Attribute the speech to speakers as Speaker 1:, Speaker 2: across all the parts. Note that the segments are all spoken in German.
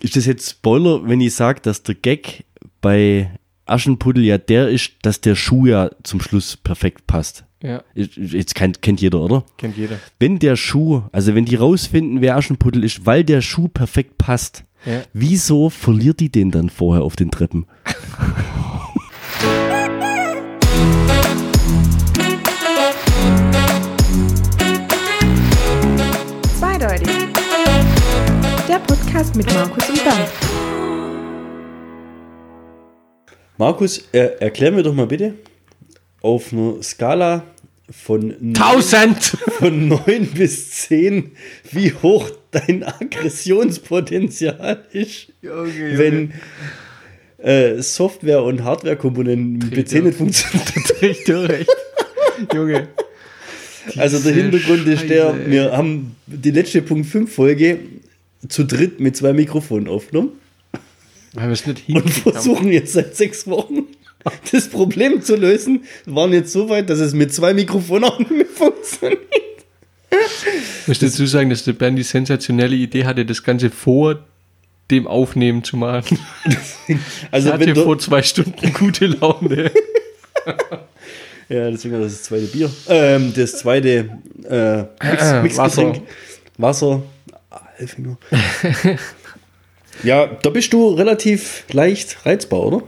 Speaker 1: Ist das jetzt Spoiler, wenn ich sage, dass der Gag bei Aschenputtel ja der ist, dass der Schuh ja zum Schluss perfekt passt?
Speaker 2: Ja,
Speaker 1: Ist- ist- Jetzt kennt, kennt jeder, oder?
Speaker 2: kennt jeder.
Speaker 1: Wenn der Schuh, also wenn die rausfinden, wer Aschenputtel ist, weil der Schuh perfekt passt,
Speaker 2: Ja.
Speaker 1: wieso verliert die den dann vorher auf den Treppen?
Speaker 3: Zweideutig. Der Podcast mit Markus und Dan.
Speaker 1: Markus, erklär mir doch mal bitte auf einer Skala von
Speaker 2: Tausend!
Speaker 1: von 9 bis 10, wie hoch dein Aggressionspotenzial ist, wenn äh, Software- und Hardwarekomponenten mit PC nicht funktionieren.
Speaker 2: Echt durch. Junge.
Speaker 1: Also der Hintergrund ist der,
Speaker 2: Scheiße, ey.
Speaker 1: wir haben die letzte Punkt 5 Folge zu dritt mit zwei Mikrofonen aufgenommen
Speaker 2: Weil wir es nicht
Speaker 1: und
Speaker 2: hingekriegt haben.
Speaker 1: versuchen jetzt seit sechs Wochen das Problem zu lösen. Wir waren jetzt so weit, dass es mit zwei Mikrofonen auch nicht mehr funktioniert.
Speaker 2: Ich muss dazu sagen, dass der Bernd die sensationelle Idee hatte, das Ganze vor dem Aufnehmen zu machen.
Speaker 1: Also
Speaker 2: Er hatte
Speaker 1: der-
Speaker 2: vor zwei Stunden gute Laune.
Speaker 1: Ja, deswegen hat er das zweite Bier. Ähm, das zweite äh, Mix,
Speaker 2: Äh,
Speaker 1: Mixgetränk. Wasser. Ah, Elfinger. ja, da bist du relativ leicht reizbar, oder?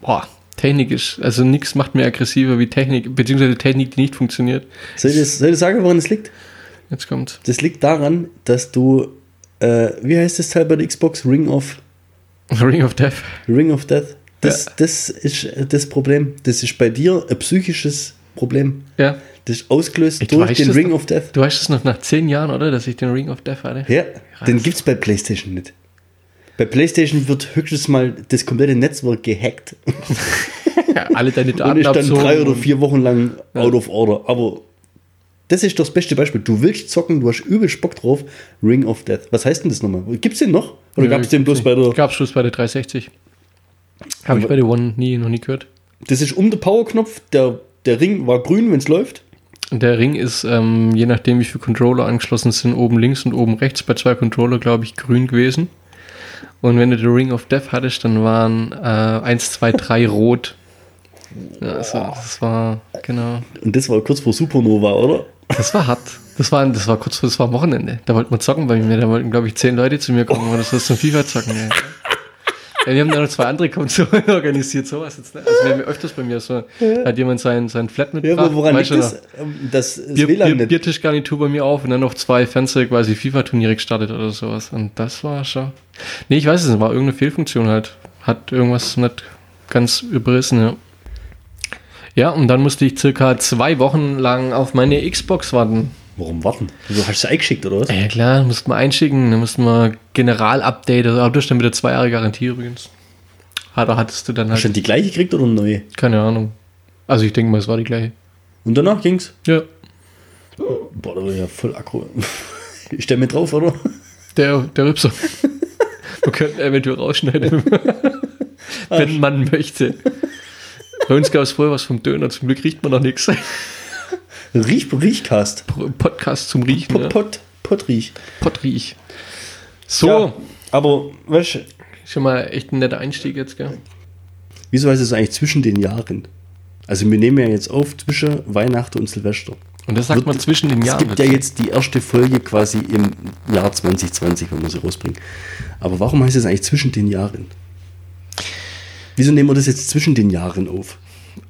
Speaker 2: Boah, Technik ist, also nichts macht mir aggressiver wie Technik, beziehungsweise Technik, die nicht funktioniert.
Speaker 1: Soll ich, das, soll ich sagen, woran es liegt?
Speaker 2: Jetzt kommt's.
Speaker 1: Das liegt daran, dass du, äh, wie heißt das Teil bei der Xbox? Ring of,
Speaker 2: Ring of Death.
Speaker 1: Ring of Death. Das, das ist äh, das Problem. Das ist bei dir ein psychisches Problem.
Speaker 2: Ja.
Speaker 1: Das ist ausgelöst
Speaker 2: Ich
Speaker 1: durch
Speaker 2: weiß
Speaker 1: den
Speaker 2: das
Speaker 1: Ring
Speaker 2: noch.
Speaker 1: of Death.
Speaker 2: Du weißt es noch nach zehn Jahren, oder? Dass ich den Ring of Death hatte.
Speaker 1: Ja, den gibt es bei PlayStation nicht. Bei PlayStation wird höchstens mal das komplette Netzwerk gehackt
Speaker 2: Alle deine
Speaker 1: und
Speaker 2: Daten
Speaker 1: ist dann
Speaker 2: abzogen
Speaker 1: drei oder
Speaker 2: und-
Speaker 1: vier Wochen lang out of order. Aber das ist doch das beste Beispiel. Du willst zocken, du hast übel Spock drauf. Ring of Death. Was heißt denn das nochmal? Gibt's den noch? Oder
Speaker 2: Nö,
Speaker 1: gab's den bloß
Speaker 2: gibt's
Speaker 1: bei
Speaker 2: nicht.
Speaker 1: der.
Speaker 2: Gab's bloß bei der 360. Habe ich
Speaker 1: Aber-
Speaker 2: bei der One nie, noch nie gehört.
Speaker 1: Das ist um den Powerknopf. Der, der Ring war grün, wenn es läuft.
Speaker 2: Und der Ring ist, ähm, je nachdem wie viele Controller angeschlossen sind, oben links und oben rechts, bei zwei Controller, glaube ich, grün gewesen. Und wenn du den Ring of Death hattest, dann waren äh, 1, 2, 3 rot. Ja, also, das war, genau.
Speaker 1: Und das war kurz vor Supernova, oder?
Speaker 2: Das war hart. Das war, das war kurz vor, das war am Wochenende. Da wollten wir zocken bei mir. Da wollten, glaube ich, zehn Leute zu mir kommen oder so zum FIFA zocken. Ja. Ja, wir haben da noch zwei andere Konsolen organisiert, sowas jetzt. Ne? Also wir haben ja öfters bei mir so, hat jemand seinen, seinen Flat
Speaker 1: Ja,
Speaker 2: mitgebracht.
Speaker 1: aber woran
Speaker 2: Ah, weißt
Speaker 1: liegt
Speaker 2: du
Speaker 1: das?
Speaker 2: noch?
Speaker 1: Ähm, Dass das
Speaker 2: Bier,
Speaker 1: WLAN
Speaker 2: Bier,
Speaker 1: nicht.
Speaker 2: Biertischgarnitur bei mir auf und dann noch zwei Fenster quasi FIFA-Turniere gestartet oder sowas. Und das war schon. Nee, ich weiß es nicht, war irgendeine Fehlfunktion halt. Hat irgendwas nicht ganz überrissen, ja. Ja, und dann musste ich circa zwei Wochen lang auf meine Xbox warten.
Speaker 1: Warum warten? Wieso hast du es eingeschickt, oder was?
Speaker 2: Ja klar, mussten wir einschicken, dann mussten wir General-Update, also hattest du dann wieder zwei Jahre Garantie übrigens. Hat, hattest du
Speaker 1: Hast
Speaker 2: dann
Speaker 1: du
Speaker 2: halt,
Speaker 1: denn die gleiche gekriegt oder eine neue?
Speaker 2: keine Ahnung. Also ich denke mal, es war die gleiche.
Speaker 1: Und danach ging's.
Speaker 2: Ja,
Speaker 1: Boah, da war ich ja voll aggro. Ich stell mir drauf, oder?
Speaker 2: der, der Rübser. wir könnten eventuell rausschneiden, wenn man möchte. Bei uns gab es vorher was vom Döner, zum Glück riecht man noch nichts.
Speaker 1: Riech, Riechcast.
Speaker 2: Podcast zum Riechen,
Speaker 1: Pot,
Speaker 2: ja.
Speaker 1: Pot, Pottriech.
Speaker 2: Pottriech. So,
Speaker 1: Ja, aber, weißt du,
Speaker 2: schon mal echt ein netter Einstieg jetzt, gell?
Speaker 1: wieso heißt es eigentlich zwischen den Jahren? Also, wir nehmen ja jetzt auf zwischen Weihnachten und Silvester.
Speaker 2: Und das sagt
Speaker 1: Wird-
Speaker 2: man zwischen den
Speaker 1: es
Speaker 2: Jahren.
Speaker 1: gibt ja jetzt die erste Folge quasi im Jahr 2020, wenn wir sie rausbringen. Aber warum heißt es eigentlich zwischen den Jahren? Wieso nehmen wir das jetzt zwischen den Jahren auf?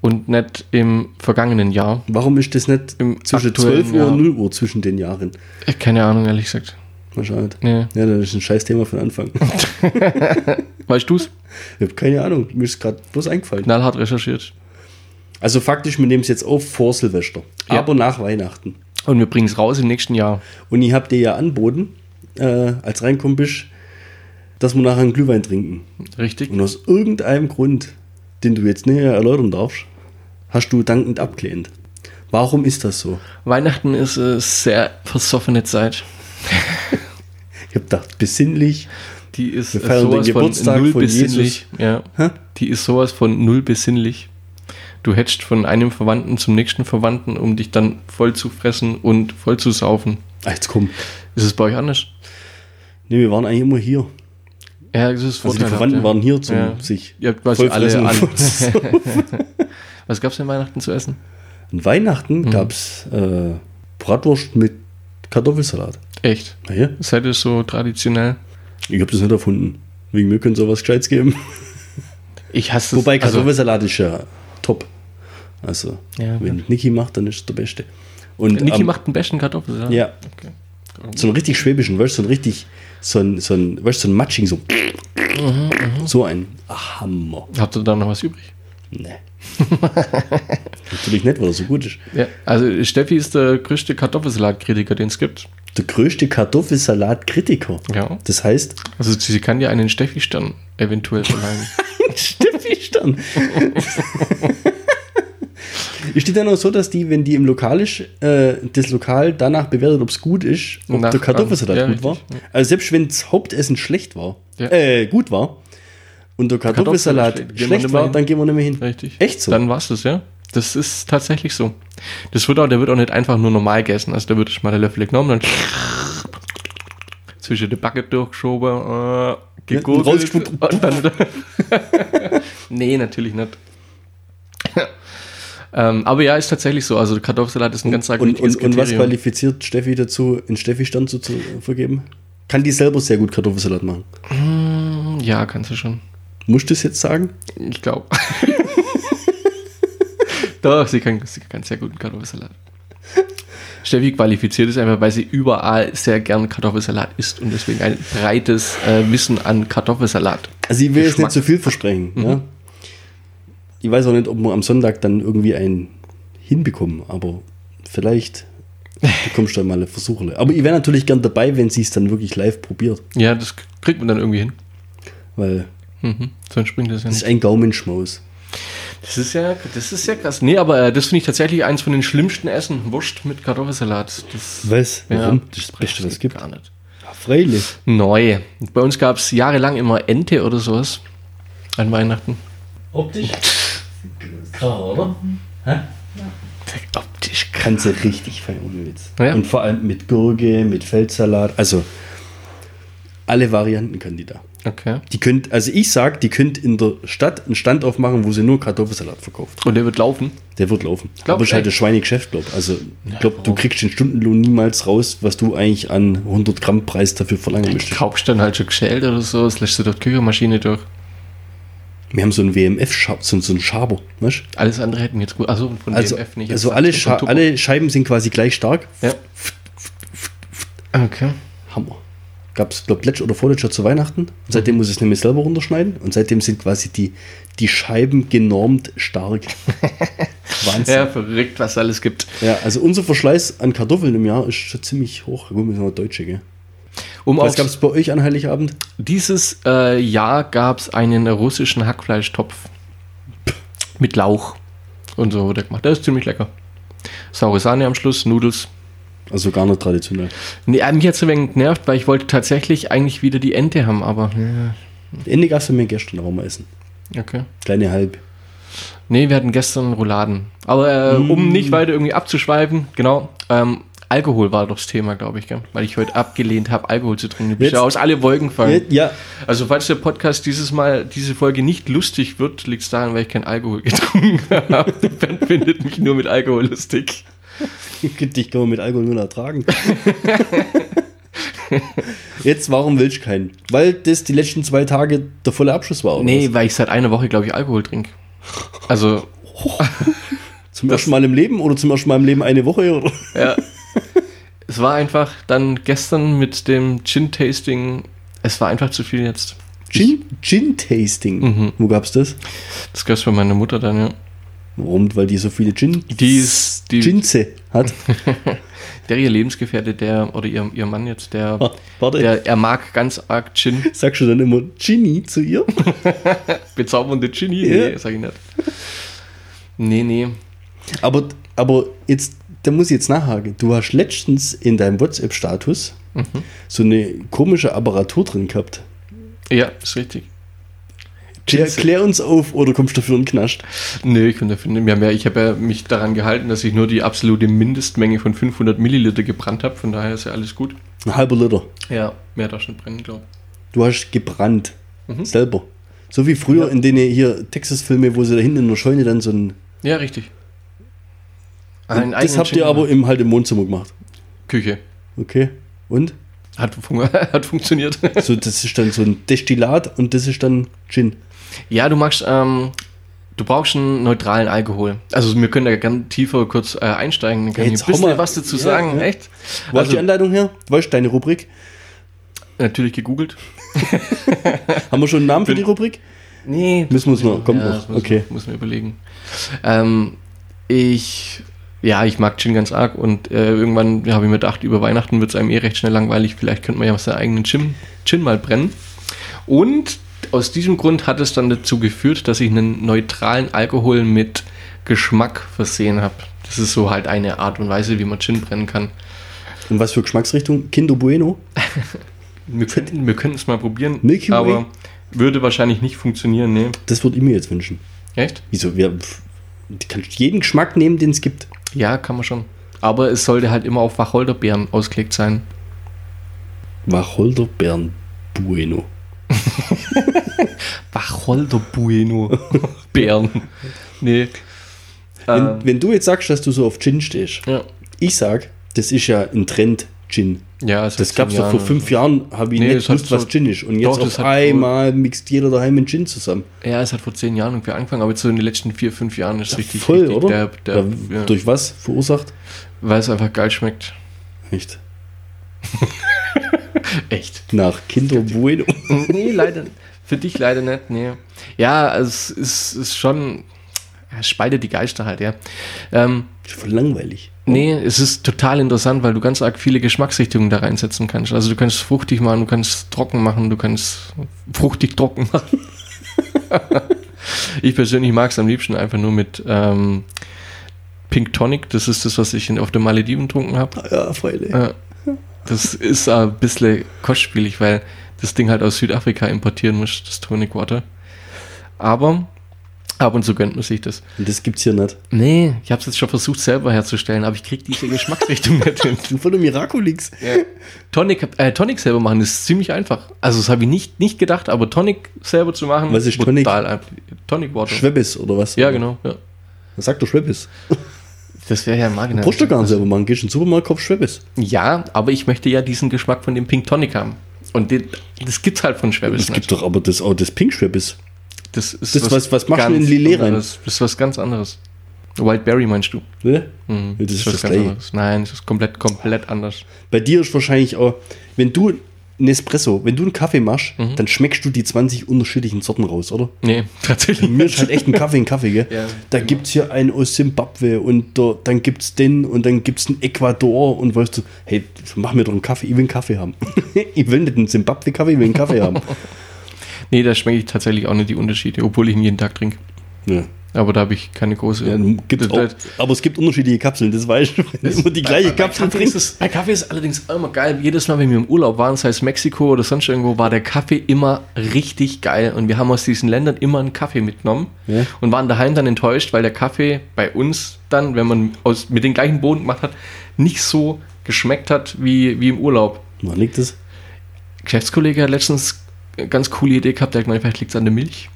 Speaker 2: Und nicht im vergangenen Jahr.
Speaker 1: Warum ist das nicht
Speaker 2: Im
Speaker 1: zwischen
Speaker 2: aktuellen
Speaker 1: 12 Uhr
Speaker 2: Jahr.
Speaker 1: und 0 Uhr zwischen den Jahren?
Speaker 2: Ich hab keine Ahnung, ehrlich gesagt.
Speaker 1: Mal schauen.
Speaker 2: Ja.
Speaker 1: Ja, das ist ein scheiß Thema von Anfang.
Speaker 2: Weißt du's?
Speaker 1: Ich habe keine Ahnung, mir ist gerade bloß eingefallen.
Speaker 2: Knallhart recherchiert.
Speaker 1: Also faktisch, wir nehmen es jetzt auf vor Silvester,
Speaker 2: Ja.
Speaker 1: aber nach Weihnachten.
Speaker 2: Und wir bringen's raus im nächsten Jahr.
Speaker 1: Und ich habe dir ja anboten, äh, als reinkommen bist, dass wir nachher einen Glühwein trinken.
Speaker 2: Richtig?
Speaker 1: Und aus irgendeinem Grund, den du jetzt näher erläutern darfst, hast du dankend abgelehnt. Warum ist das so?
Speaker 2: Weihnachten ist eine sehr versoffene Zeit.
Speaker 1: Ich habe gedacht, besinnlich.
Speaker 2: Die ist
Speaker 1: Wir feiern den Geburtstag von
Speaker 2: Ja.
Speaker 1: Hä?
Speaker 2: Die ist sowas von null besinnlich. Du hättest von einem Verwandten zum nächsten Verwandten, um dich dann voll zu fressen und voll zu saufen.
Speaker 1: Ah, Jetzt komm.
Speaker 2: Ist es bei euch anders?
Speaker 1: Nee, wir waren eigentlich immer hier.
Speaker 2: Ja, das ist
Speaker 1: Also die
Speaker 2: vorteilhaft,
Speaker 1: Verwandten
Speaker 2: ja.
Speaker 1: waren hier zu
Speaker 2: Ja.
Speaker 1: sich.
Speaker 2: Ihr habt quasi alle
Speaker 1: vollfressen
Speaker 2: an.
Speaker 1: und vollsaufen.
Speaker 2: Was gab's denn Weihnachten zu essen?
Speaker 1: An Weihnachten
Speaker 2: Mhm.
Speaker 1: gab es äh, Bratwurst mit Kartoffelsalat.
Speaker 2: Echt?
Speaker 1: Na ja,
Speaker 2: Seid ihr so traditionell?
Speaker 1: ich habe das nicht erfunden. Wegen mir können sie auch was Gescheites geben.
Speaker 2: Also Ich hasse es.
Speaker 1: Wobei
Speaker 2: also,
Speaker 1: Kartoffelsalat ist ja top. Also,
Speaker 2: Ja.
Speaker 1: wenn Niki macht, dann ist es der Beste. Und
Speaker 2: Niki
Speaker 1: am-
Speaker 2: macht einen besten Kartoffelsalat.
Speaker 1: Ja. So einen richtig schwäbischen, weißt du, so ein richtig, so ein, so ein, weißt du, so ein Matsching, so.
Speaker 2: Mhm,
Speaker 1: So ein Ach, Hammer.
Speaker 2: Habt ihr da noch was übrig?
Speaker 1: Ne. Natürlich nicht, weil er so gut ist.
Speaker 2: Ja, also Steffi ist der größte Kartoffelsalatkritiker, den es gibt.
Speaker 1: Der größte Kartoffelsalat-Kritiker.
Speaker 2: Ja.
Speaker 1: Das heißt,
Speaker 2: Also sie kann dir einen Steffi-Stern eventuell verleihen.
Speaker 1: Steffi Stern. Es steht dann auch so, dass die, wenn die im Lokal ist, äh, das Lokal danach bewertet, ob es gut ist, ob
Speaker 2: Nach-
Speaker 1: der Kartoffelsalat
Speaker 2: ja,
Speaker 1: gut
Speaker 2: richtig,
Speaker 1: war. Also selbst wenn das Hauptessen schlecht war,
Speaker 2: Ja.
Speaker 1: äh, gut war, und der Kartoffelsalat
Speaker 2: Kartoffelsalat steht, gehen wir
Speaker 1: schlecht
Speaker 2: nimmer
Speaker 1: war,
Speaker 2: hin.
Speaker 1: dann gehen wir nicht mehr hin.
Speaker 2: Richtig.
Speaker 1: Echt so?
Speaker 2: Dann war's das, ja. Das ist tatsächlich so. Das wird auch, der wird auch nicht einfach nur normal gegessen. Also da wird schon mal der Löffel genommen, dann zwischen die Backe durchgeschoben, äh,
Speaker 1: Ja,
Speaker 2: gegurgelt.
Speaker 1: rausgespuckt.
Speaker 2: und dann wieder- nee, natürlich nicht. ähm, aber ja, ist tatsächlich so. Also Kartoffelsalat ist ein ganz
Speaker 1: und, und,
Speaker 2: wichtiges
Speaker 1: und was
Speaker 2: Kriterium.
Speaker 1: qualifiziert Steffi dazu, einen Steffi-Stern zu, zu vergeben? Kann die selber sehr gut Kartoffelsalat machen.
Speaker 2: ja, kannst du schon.
Speaker 1: Musst du das jetzt sagen?
Speaker 2: Ich glaube. Doch, sie kann, sie kann sehr guten Kartoffelsalat. Steffi qualifiziert ist einfach, weil sie überall sehr gern Kartoffelsalat isst und deswegen ein breites äh, Wissen an Kartoffelsalat.
Speaker 1: Also ich will jetzt
Speaker 2: Geschmack. Mhm.
Speaker 1: nicht zu viel versprechen. Ja? Ich weiß auch nicht, ob wir am Sonntag dann irgendwie einen hinbekommen, aber vielleicht bekommst du dann mal eine Versuche. Aber ich wäre natürlich gern dabei, wenn sie es dann wirklich live probiert,
Speaker 2: Ja, das k- kriegt man dann irgendwie hin.
Speaker 1: weil
Speaker 2: Mhm. Sonst springt das ja
Speaker 1: es ist
Speaker 2: nicht.
Speaker 1: ein Gaumenschmaus.
Speaker 2: Das ist ja, das ist ja krass. Nee, aber äh, das finde ich tatsächlich eins von den schlimmsten Essen. Wurst mit Kartoffelsalat. Das,
Speaker 1: Was? Warum? Das ist das
Speaker 2: brauchst
Speaker 1: Beste, was
Speaker 2: du
Speaker 1: es gibt.
Speaker 2: Gar nicht.
Speaker 1: Ja, freilich.
Speaker 2: Neu. Bei uns gab es jahrelang immer Ente oder sowas an Weihnachten.
Speaker 4: Optisch? Krass, oder?
Speaker 2: Optisch
Speaker 1: Kannst du richtig feiern, ohne Witz.
Speaker 2: Ja.
Speaker 1: Und vor allem mit Gurke, mit Feldsalat, also alle Varianten können die da.
Speaker 2: Okay.
Speaker 1: Die könnt, also ich sag, die könnt in der Stadt einen Stand aufmachen, wo sie nur Kartoffelsalat verkauft.
Speaker 2: Und der wird laufen.
Speaker 1: Der wird laufen.
Speaker 2: Glaub
Speaker 1: aber ist
Speaker 2: ich.
Speaker 1: halt das Schweinegeschäft, glaub. Also, ich glaube, du kriegst den Stundenlohn niemals raus, was du eigentlich an 100 Gramm Preis dafür verlangen möchtest.
Speaker 2: kaufst dann halt schon geschält oder so, das lässt du dort Küchenmaschine durch.
Speaker 1: Wir haben so einen WMF-Schaber, so, so einen Schaber, weißt du?
Speaker 2: Alles andere hätten jetzt gut. Achso, von
Speaker 1: Also,
Speaker 2: DMF nicht.
Speaker 1: also
Speaker 2: Jetzt
Speaker 1: alle,
Speaker 2: von
Speaker 1: Scha
Speaker 2: Tupper.
Speaker 1: alle Scheiben sind quasi gleich stark.
Speaker 2: Ja. Okay.
Speaker 1: Hammer. Gab's, glaub, letztes oder vorletzter zu Weihnachten. Und seitdem
Speaker 2: Mhm.
Speaker 1: muss ich es nämlich selber runterschneiden. Und seitdem sind quasi die, die Scheiben genormt stark. Wahnsinn.
Speaker 2: Ja, verrückt, was alles gibt.
Speaker 1: Ja, also unser Verschleiß an Kartoffeln im Jahr ist schon ziemlich hoch. Gut, wir sind mal Deutsche, gell?
Speaker 2: Um
Speaker 1: Was
Speaker 2: auf
Speaker 1: gab es bei euch an Heiligabend?
Speaker 2: dieses äh, Jahr gab es einen russischen Hackfleischtopf mit Lauch und so wurde gemacht. Der ist ziemlich lecker. Saure Sahne am Schluss, Nudels.
Speaker 1: Also gar nicht traditionell.
Speaker 2: Nee, äh, mich hat es ein wenig genervt, weil ich wollte tatsächlich eigentlich wieder die Ente haben, aber.
Speaker 1: Ende gab es mir gestern, da waren wir essen.
Speaker 2: Okay.
Speaker 1: Kleine halb.
Speaker 2: Nee, wir hatten gestern Rouladen. Aber äh, um nicht weiter irgendwie abzuschweifen, genau. Ähm, Alkohol war doch das Thema, glaube ich, gell? weil ich heute abgelehnt habe, Alkohol zu trinken. Du bist
Speaker 1: Jetzt-
Speaker 2: ja aus alle Wolken gefallen.
Speaker 1: Ja,
Speaker 2: Also falls der Podcast dieses Mal, diese Folge nicht lustig wird, liegt es daran, weil ich kein Alkohol getrunken habe. Die Band findet mich nur mit Alkohol lustig.
Speaker 1: dich kann man mit Alkohol nur ertragen. Jetzt warum willst du keinen? Weil das die letzten zwei Tage der volle Abschluss war. Oder
Speaker 2: Nee,
Speaker 1: was?
Speaker 2: weil ich seit einer Woche, glaube ich, Alkohol trinke. Also,
Speaker 1: Zum ersten Mal im Leben oder zum ersten Mal im Leben eine Woche? Oder?
Speaker 2: ja. es war einfach dann gestern mit dem Gin-Tasting, es war einfach zu viel jetzt.
Speaker 1: Gin, Gin-Tasting.
Speaker 2: Mhm.
Speaker 1: Wo gab's das?
Speaker 2: Das gab's für meine Mutter dann, ja.
Speaker 1: Warum? Weil die so viele Gin.
Speaker 2: Die ist- die-
Speaker 1: Ginze hat.
Speaker 2: Der ihr Lebensgefährte, der, oder ihr, ihr Mann jetzt, der,
Speaker 1: Ah, Warte,
Speaker 2: der, er mag ganz arg Gin,
Speaker 1: sagst du dann immer Ginny zu ihr?
Speaker 2: bezaubernde Ginny?
Speaker 1: Ja.
Speaker 2: Nee, sag ich nicht. Nee, nee.
Speaker 1: Aber, aber jetzt, da muss ich jetzt nachhaken. Du hast letztens in deinem WhatsApp-Status so eine komische Apparatur drin gehabt.
Speaker 2: Ja, ist richtig.
Speaker 1: Klär, klär uns auf oder kommst du dafür und knascht?
Speaker 2: Nee, ich finde, finde ja mehr. Ich habe ja mich daran gehalten, dass ich nur die absolute Mindestmenge von 500 Milliliter gebrannt habe. Von daher ist ja alles gut.
Speaker 1: Ein halber Liter.
Speaker 2: Ja, mehr darf schon brennen, glaube
Speaker 1: Du hast gebrannt. Selber. So wie früher in den hier Texas-Filme, wo sie da hinten in der Scheune dann so ein.
Speaker 2: Ja, richtig.
Speaker 1: Und das habt ihr aber im, halt im Wohnzimmer gemacht.
Speaker 2: Küche.
Speaker 1: Okay. Und?
Speaker 2: Hat, fun hat funktioniert.
Speaker 1: So, das ist dann so ein Destillat und das ist dann Gin.
Speaker 2: ja, du magst, ähm, du brauchst einen neutralen Alkohol. Also wir können da ganz tiefer kurz äh, einsteigen. Dann kann
Speaker 1: Ja,
Speaker 2: ich
Speaker 1: jetzt
Speaker 2: ein
Speaker 1: hau
Speaker 2: bisschen
Speaker 1: mal.
Speaker 2: was dazu
Speaker 1: Ja,
Speaker 2: sagen.
Speaker 1: ja.
Speaker 2: Echt? Also,
Speaker 1: Wo hast du die Anleitung her? Weißt du, deine Rubrik?
Speaker 2: Natürlich gegoogelt.
Speaker 1: Haben wir schon einen Namen für die Rubrik?
Speaker 2: Nee.
Speaker 1: Müssen wir uns noch. Kommt
Speaker 2: ja,
Speaker 1: noch.
Speaker 2: Muss,
Speaker 1: Okay.
Speaker 2: Muss mir überlegen. Ähm, ich, ja, ich mag Gin ganz arg und äh, irgendwann habe ich mir gedacht, über Weihnachten wird es einem eh recht schnell langweilig. Vielleicht könnte man ja seinen eigenen Gin, Gin mal brennen. Und aus diesem Grund hat es dann dazu geführt, dass ich einen neutralen Alkohol mit Geschmack versehen habe. Das ist so halt eine Art und Weise, wie man Gin brennen kann.
Speaker 1: Und was für Geschmacksrichtung? Kinder Bueno?
Speaker 2: Wir könnten, wir könnten es mal probieren,
Speaker 1: Milky Way?
Speaker 2: aber würde wahrscheinlich nicht funktionieren, nee.
Speaker 1: Das würde ich mir jetzt wünschen.
Speaker 2: Echt?
Speaker 1: Wieso? Wir, pff, du kannst jeden Geschmack nehmen, den es gibt.
Speaker 2: Ja, kann man schon. Aber es sollte halt immer auf Wacholderbeeren ausgelegt sein.
Speaker 1: Wacholderbeeren Bueno.
Speaker 2: Wacholder Bueno. Beeren. Nee.
Speaker 1: Wenn, wenn du jetzt sagst, dass du so auf Gin stehst,
Speaker 2: Ähm. ja.
Speaker 1: ich sag, das ist ja ein Trend, Gin.
Speaker 2: Ja, es
Speaker 1: Das
Speaker 2: hat
Speaker 1: gab es
Speaker 2: zehn
Speaker 1: doch vor
Speaker 2: Jahre.
Speaker 1: fünf Jahren, habe ich
Speaker 2: Nee,
Speaker 1: nicht
Speaker 2: das hat
Speaker 1: gewusst, was
Speaker 2: so-
Speaker 1: Gin ist. Und jetzt
Speaker 2: Doch, das
Speaker 1: auf
Speaker 2: hat-
Speaker 1: einmal mixt jeder daheim einen Gin zusammen.
Speaker 2: Ja, es hat vor zehn Jahren irgendwie angefangen, aber jetzt so in den letzten vier, fünf Jahren ist es richtig,
Speaker 1: Voll,
Speaker 2: richtig
Speaker 1: oder?
Speaker 2: derb, derb,
Speaker 1: ja.
Speaker 2: ja.
Speaker 1: Durch was verursacht?
Speaker 2: Weil es einfach geil schmeckt.
Speaker 1: Nicht.
Speaker 2: Echt.
Speaker 1: Nach Kinder Bueno.
Speaker 2: nee, leider. Für dich leider nicht, nee. Ja, es ist, ist schon. Es spaltet die Geister halt, ja. Ähm,
Speaker 1: Ist voll langweilig.
Speaker 2: Nee, es ist total interessant, weil du ganz arg viele Geschmacksrichtungen da reinsetzen kannst. Also du kannst fruchtig machen, du kannst trocken machen, du kannst fruchtig trocken machen. ich persönlich mag es am liebsten einfach nur mit ähm, Pink Tonic. Das ist das, was ich in, auf den Malediven getrunken habe.
Speaker 1: Ah Ja, Freile.
Speaker 2: Äh, das ist ein bisschen kostspielig, weil das Ding halt aus Südafrika importieren muss, das Tonic Water. Aber ab und zu gönnt man sich das.
Speaker 1: Und das gibt's hier nicht.
Speaker 2: Nee, ich habe es jetzt schon versucht selber herzustellen, aber ich krieg diese Geschmacksrichtung nicht hin.
Speaker 1: Du von der Miraculix.
Speaker 2: Ja. Tonic, äh, Tonic selber machen ist ziemlich einfach. Also das habe ich nicht, nicht gedacht, aber Tonic selber zu machen
Speaker 1: Was ist Tonic?
Speaker 2: brutal einfach. Tonic Water.
Speaker 1: Schweppes oder was?
Speaker 2: ja, genau. Ja.
Speaker 1: Was sagt doch Schweppes?
Speaker 2: Das wäre ja also- ein Marginal.
Speaker 1: Brauchst du gar nicht selber machen. Gehst in den Supermarkt, kaufst Schweppes.
Speaker 2: Ja, aber ich möchte ja diesen Geschmack von dem Pink Tonic haben. Und den, das gibt's halt von Schwäbisch.
Speaker 1: Es gibt doch aber das, auch das Pink Schweppes.
Speaker 2: das ist
Speaker 1: das, was- was machst du in Lillet rein?
Speaker 2: anderes. Das ist was ganz anderes. Wildberry meinst du?
Speaker 1: Ne?
Speaker 2: Mhm.
Speaker 1: Das ist
Speaker 2: was
Speaker 1: das
Speaker 2: ganz
Speaker 1: Gleiche.
Speaker 2: anderes. Nein, das ist komplett, komplett anders.
Speaker 1: Bei dir ist wahrscheinlich auch, wenn du einen Espresso, wenn du einen Kaffee machst,
Speaker 2: Mhm.
Speaker 1: dann schmeckst du die 20 unterschiedlichen Sorten raus, oder?
Speaker 2: Nee, tatsächlich.
Speaker 1: Mir ist halt echt ein Kaffee ein Kaffee, gell?
Speaker 2: Ja,
Speaker 1: da gibt es hier einen aus Simbabwe und da, dann gibt es den und dann gibt es einen Ecuador und weißt du, hey, mach mir doch einen Kaffee, ich will einen Kaffee haben. ich will nicht einen Simbabwe-Kaffee, ich will einen Kaffee haben.
Speaker 2: Nee, da schmecke ich tatsächlich auch nicht die Unterschiede, obwohl ich ihn jeden Tag trinke.
Speaker 1: Ja.
Speaker 2: Aber da habe ich keine große.
Speaker 1: Ja, gibt's auch,
Speaker 2: Das-
Speaker 1: aber es gibt unterschiedliche Kapseln, das weißt du. Wenn du immer die gleiche Kapsel
Speaker 2: Kaffee ist,
Speaker 1: trinkst.
Speaker 2: es- bei Kaffee ist es allerdings auch immer geil. Jedes Mal, wenn wir im Urlaub waren, sei es Mexiko oder sonst irgendwo, war der Kaffee immer richtig geil. Und wir haben aus diesen Ländern immer einen Kaffee mitgenommen
Speaker 1: Ja.
Speaker 2: und waren daheim dann enttäuscht, weil der Kaffee bei uns dann, wenn man aus, mit den gleichen Boden gemacht hat, nicht so geschmeckt hat wie, wie im Urlaub.
Speaker 1: Woran liegt das?
Speaker 2: Geschäftskollege hat letztens eine ganz coole Idee gehabt, der hat gemeint, vielleicht liegt es an der Milch.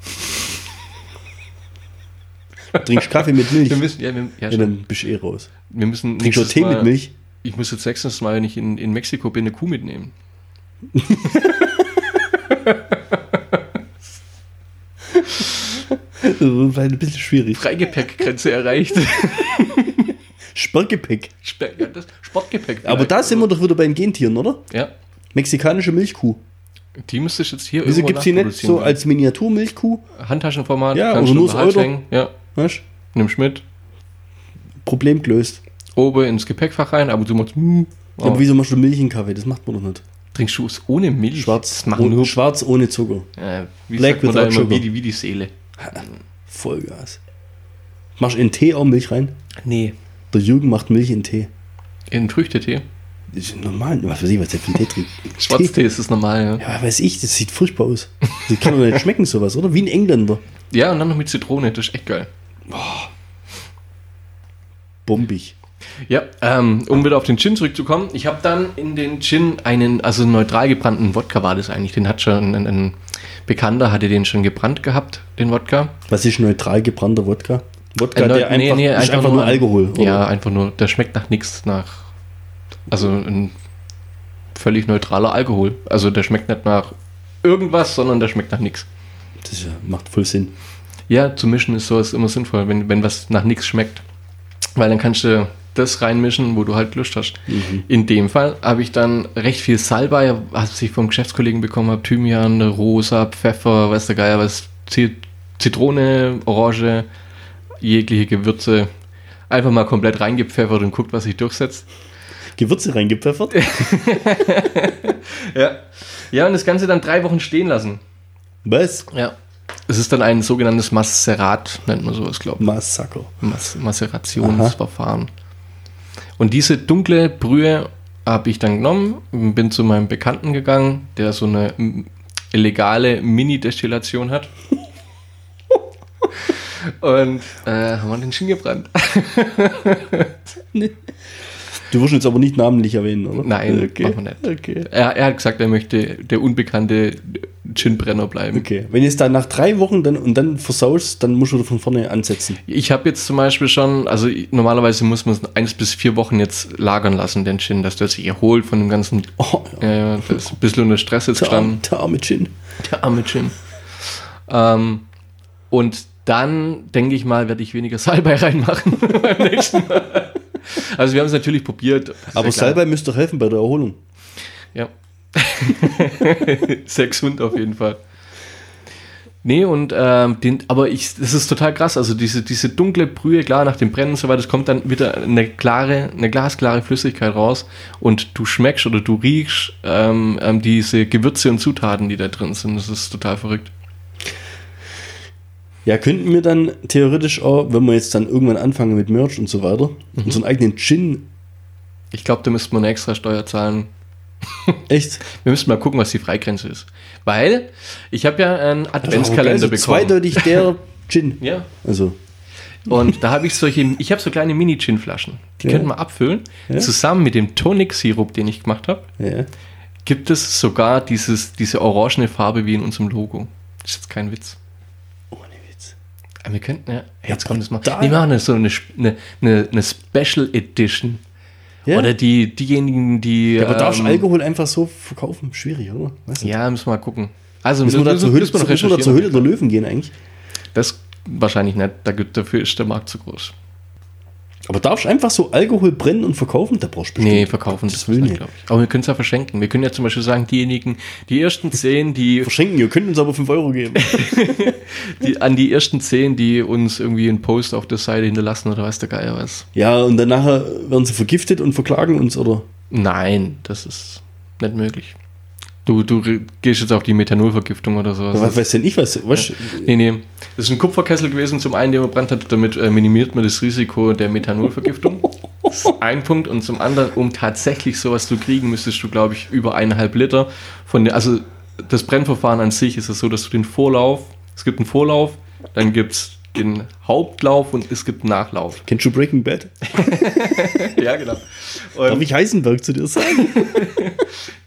Speaker 1: Du trinkst Kaffee mit Milch.
Speaker 2: Wir müssen, ja, wir, ja,
Speaker 1: Ja,
Speaker 2: schon.
Speaker 1: dann bist du eh raus.
Speaker 2: wir müssen
Speaker 1: Trinkst du
Speaker 2: nächstes
Speaker 1: Tee mit
Speaker 2: Mal-
Speaker 1: Milch?
Speaker 2: Ich muss jetzt nächstes Mal, wenn ich in, in Mexiko bin, eine Kuh mitnehmen.
Speaker 1: Das ist ein bisschen schwierig.
Speaker 2: Freigepäckgrenze erreicht.
Speaker 1: Sperrgepäck.
Speaker 2: Spe- ja, das Sportgepäck.
Speaker 1: Aber da sind wir doch wieder bei den Gentieren, oder?
Speaker 2: Ja,
Speaker 1: Mexikanische Milchkuh.
Speaker 2: die müsste ich jetzt hier
Speaker 1: Wieso
Speaker 2: irgendwo
Speaker 1: gibt es die nicht
Speaker 2: nachproduzieren.
Speaker 1: so als Miniaturmilchkuh?
Speaker 2: Handtaschenformat?
Speaker 1: Ja, oder
Speaker 2: kannst du
Speaker 1: nur
Speaker 2: im
Speaker 1: das
Speaker 2: Hals
Speaker 1: Euro.
Speaker 2: hängen. Ja,
Speaker 1: Weißt du?
Speaker 2: nimmst mit.
Speaker 1: Problem gelöst.
Speaker 2: Oben ins Gepäckfach rein, aber du machst.
Speaker 1: Ja, Aber wieso machst du Milch in Kaffee? Das macht man doch nicht.
Speaker 2: mm, oh. Trinkst du es ohne Milch?
Speaker 1: Schwarz,
Speaker 2: Das machen
Speaker 1: ohne,
Speaker 2: nur.
Speaker 1: schwarz ohne Zucker.
Speaker 2: Äh, wie
Speaker 1: Black
Speaker 2: sagt man da
Speaker 1: without
Speaker 2: immer,
Speaker 1: sugar.
Speaker 2: wie die, wie die Seele.
Speaker 1: Vollgas. Machst in Tee auch Milch rein?
Speaker 2: Nee.
Speaker 1: Der Jürgen macht Milch in Tee.
Speaker 2: In Früchtetee.
Speaker 1: Das ist normal. Was weiß ich, was der für einen Tee trinkt.
Speaker 2: Schwarztee ist das normal, ja.
Speaker 1: Ja, weiß ich, das sieht furchtbar aus. Das kann doch nicht schmecken, sowas, oder? Wie ein Engländer.
Speaker 2: Ja, und dann noch mit Zitrone, das ist echt geil.
Speaker 1: Bombig.
Speaker 2: Ja, ähm, um wieder auf den Gin zurückzukommen. Ich habe dann in den Gin einen, also einen neutral gebrannten Wodka war das eigentlich. Den hat schon ein, ein Bekannter, hatte den schon gebrannt gehabt, den Wodka.
Speaker 1: Was ist neutral gebrannter Wodka? Wodka,
Speaker 2: Ein Äh, Neu-
Speaker 1: der einfach, ist einfach, nur
Speaker 2: ein-
Speaker 1: Alkohol. oder?
Speaker 2: Ja, einfach nur, der schmeckt nach nichts, nach. Also ein völlig neutraler Alkohol. Also der schmeckt nicht nach irgendwas, sondern der schmeckt nach nichts.
Speaker 1: Das ist ja- macht voll Sinn.
Speaker 2: Ja, zu mischen ist sowas immer sinnvoll, wenn, wenn was nach nichts schmeckt. Weil dann kannst du das reinmischen, wo du halt Lust hast. In dem Fall habe ich dann recht viel Salbei, was ich vom Geschäftskollegen bekommen habe, Thymian, Rosa, Pfeffer, weiß der Geier was, Zi- Zitrone, Orange, jegliche Gewürze. Einfach mal komplett reingepfeffert und guckt, was sich durchsetzt.
Speaker 1: Gewürze reingepfeffert?
Speaker 2: Ja. Ja, und das Ganze dann drei Wochen stehen lassen.
Speaker 1: Was?
Speaker 2: Ja. Es ist dann ein sogenanntes Macerat, nennt man sowas, glaube ich.
Speaker 1: Massaker.
Speaker 2: Mas Macerationsverfahren. Und diese dunkle Brühe habe ich dann genommen, bin zu meinem Bekannten gegangen, der so eine mm, legale Mini-Destillation hat. Und äh, haben wir den Gin gebrannt.
Speaker 1: Du wirst ihn jetzt aber nicht namentlich erwähnen, oder?
Speaker 2: Nein,
Speaker 1: okay.
Speaker 2: machen wir nicht.
Speaker 1: Okay.
Speaker 2: Er, er hat gesagt, er möchte der unbekannte Ginbrenner bleiben.
Speaker 1: Okay. Wenn jetzt dann nach drei Wochen dann und dann versaust, dann musst du von vorne ansetzen.
Speaker 2: Ich habe jetzt zum Beispiel schon, also ich- normalerweise muss man es eins bis vier Wochen jetzt lagern lassen, den Gin, dass der sich erholt von dem ganzen.
Speaker 1: Oh,
Speaker 2: Äh, das ist ein bisschen unter Stress jetzt
Speaker 1: der, arme,
Speaker 2: gestanden.
Speaker 1: der arme Gin.
Speaker 2: Der arme Gin. Ähm, und dann, denke ich mal, werde ich weniger Salbei reinmachen beim nächsten Mal. Also wir haben es natürlich probiert. Ist
Speaker 1: Aber
Speaker 2: ja klar.
Speaker 1: Salbei müsste doch helfen bei der Erholung.
Speaker 2: Ja. Sehr gesund auf jeden Fall. Nee, und ähm, den, aber ich, das ist total krass. Also diese, diese dunkle Brühe, klar, nach dem Brennen und so weiter, das kommt dann wieder eine klare, eine glasklare Flüssigkeit raus und du schmeckst oder du riechst ähm, ähm, diese Gewürze und Zutaten, die da drin sind. Das ist total verrückt.
Speaker 1: Ja, könnten wir dann theoretisch auch, wenn wir jetzt dann irgendwann anfangen mit Merch und so weiter, unseren eigenen Gin.
Speaker 2: Ich glaube, da müsste man eine extra Steuer zahlen.
Speaker 1: Echt?
Speaker 2: Wir müssen mal gucken, was die Freigrenze ist. Weil ich habe ja einen Adventskalender
Speaker 1: Also
Speaker 2: bekommen.
Speaker 1: Zweideutig der Gin.
Speaker 2: Ja,
Speaker 1: Also,
Speaker 2: Und da habe ich solche, ich habe so kleine Mini-Gin-Flaschen. Die
Speaker 1: Ja.
Speaker 2: könnten wir abfüllen.
Speaker 1: Ja.
Speaker 2: Zusammen mit dem Tonic-Sirup, den ich gemacht habe,
Speaker 1: ja.
Speaker 2: gibt es sogar dieses, diese orangene Farbe wie in unserem Logo. Ist jetzt kein Witz.
Speaker 1: Ohne Witz.
Speaker 2: Aber wir könnten, ja, jetzt kommt das mal.
Speaker 1: brutal.
Speaker 2: Nee, wir machen das so eine, Sp- eine, eine, eine Special Edition.
Speaker 1: Ja.
Speaker 2: Oder die, diejenigen, die.
Speaker 1: Ja, aber darfst
Speaker 2: ähm,
Speaker 1: du Alkohol einfach so verkaufen? Schwierig, oder? Weißt du?
Speaker 2: Ja, müssen wir mal gucken. Also
Speaker 1: Müssen wir da zur Höhle, müssen
Speaker 2: noch
Speaker 1: wir da zur
Speaker 2: recherchieren.
Speaker 1: Höhle der Löwen gehen eigentlich?
Speaker 2: Das wahrscheinlich nicht. Da gibt, dafür ist der Markt zu groß.
Speaker 1: Aber darfst du einfach so Alkohol brennen und verkaufen? Da brauchst du
Speaker 2: Nee, verkaufen
Speaker 1: Das
Speaker 2: das
Speaker 1: will
Speaker 2: will
Speaker 1: nicht.
Speaker 2: glaube ich. Aber wir können es ja verschenken. Wir können ja zum Beispiel sagen, diejenigen, die ersten zehn, die,
Speaker 1: Verschenken, ihr könnt uns aber 5 Euro geben.
Speaker 2: die an die ersten zehn, die uns irgendwie einen Post auf der Seite hinterlassen oder weiß der Geier was.
Speaker 1: ja, und danach werden sie vergiftet und verklagen uns, oder?
Speaker 2: Nein, das ist nicht möglich. Du, du re- gehst jetzt auf die Methanolvergiftung oder sowas.
Speaker 1: Was weiß denn ich, was? was
Speaker 2: Nee, nee. Das ist ein Kupferkessel gewesen, zum einen, den man brennt hat, damit äh, minimiert man das Risiko der Methanolvergiftung. Das ist ein Punkt. Und zum anderen, um tatsächlich sowas zu kriegen, müsstest du, glaube ich, über eineinhalb Liter von der, also das Brennverfahren an sich ist es so, dass du den Vorlauf, es gibt einen Vorlauf, dann gibt es den Hauptlauf und es gibt einen Nachlauf.
Speaker 1: Kennst du Breaking Bad?
Speaker 2: Ja, genau.
Speaker 1: Darf
Speaker 2: Und
Speaker 1: ich Heisenberg zu dir sagen?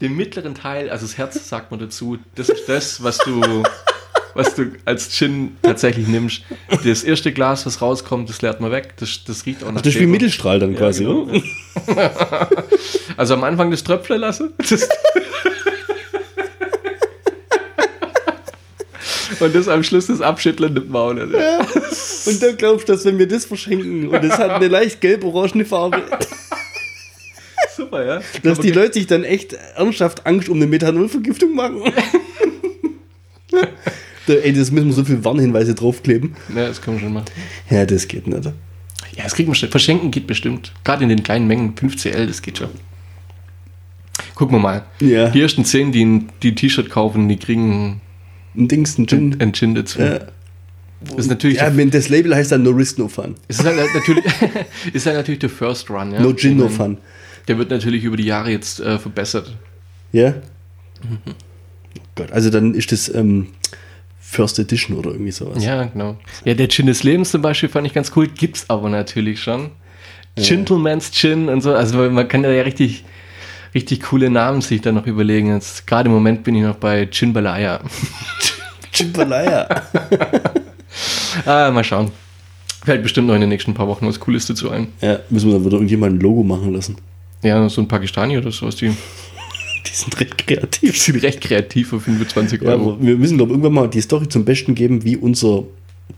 Speaker 2: den mittleren Teil, also das Herz sagt man dazu, das ist das, was du, was du als Gin tatsächlich nimmst. Das erste Glas, was rauskommt, das leert man weg. Das, das riecht auch nach
Speaker 1: Das ist wie
Speaker 2: Schäfer.
Speaker 1: Mittelstrahl dann quasi,
Speaker 2: genau.
Speaker 1: oder?
Speaker 2: Also am Anfang das Tröpfle lasse. Das Und das am Schluss das Abschütteln nimmt man auch nicht.
Speaker 1: Und dann glaubst du, dass wenn wir das verschenken und es hat eine leicht gelb-orangene Farbe,
Speaker 2: Super, ja.
Speaker 1: dass die Leute sich dann echt ernsthaft Angst um eine Methanolvergiftung machen. Da, Ey, das müssen wir so viele Warnhinweise draufkleben.
Speaker 2: Ja, das können wir schon machen.
Speaker 1: Ja, das geht nicht.
Speaker 2: Ja, das kriegt man schon. Verschenken geht bestimmt. Gerade in den kleinen Mengen. 5cl, das geht schon. Gucken wir mal.
Speaker 1: Ja.
Speaker 2: Die ersten 10, die ein die ein T-Shirt kaufen, die kriegen
Speaker 1: Ein Dings, ein Gin.
Speaker 2: ein Gin dazu.
Speaker 1: Ja.
Speaker 2: Das ist natürlich,
Speaker 1: Ja, wenn das Label heißt dann No Risk, No Fun.
Speaker 2: es ist halt natürlich, es ist halt natürlich der First Run. Ja? Mhm.
Speaker 1: No Gin,
Speaker 2: Ich
Speaker 1: No
Speaker 2: mein,
Speaker 1: Fun.
Speaker 2: Der wird natürlich über die Jahre jetzt äh, verbessert.
Speaker 1: Ja?
Speaker 2: Mhm.
Speaker 1: Oh Gott, also dann ist das ähm, First Edition oder irgendwie sowas.
Speaker 2: Ja, genau. Ja, der Gin des Lebens zum Beispiel fand ich ganz cool, gibt's aber natürlich schon. Gentleman's Chin und so. Also man kann da ja richtig, richtig coole Namen sich dann noch überlegen. Jetzt, gerade im Moment bin ich noch bei Chinbalaya.
Speaker 1: Chimbalaya.
Speaker 2: ah, mal schauen. Fällt bestimmt noch in den nächsten paar Wochen was Cooles dazu ein.
Speaker 1: Ja, müssen wir dann wieder irgendjemand ein Logo machen lassen.
Speaker 2: Ja, so ein Pakistani oder sowas, die
Speaker 1: Die sind recht kreativ.
Speaker 2: sind recht kreativ für 25
Speaker 1: Ja,
Speaker 2: Euro.
Speaker 1: aber wir müssen, glaube irgendwann mal die Story zum Besten geben, wie unser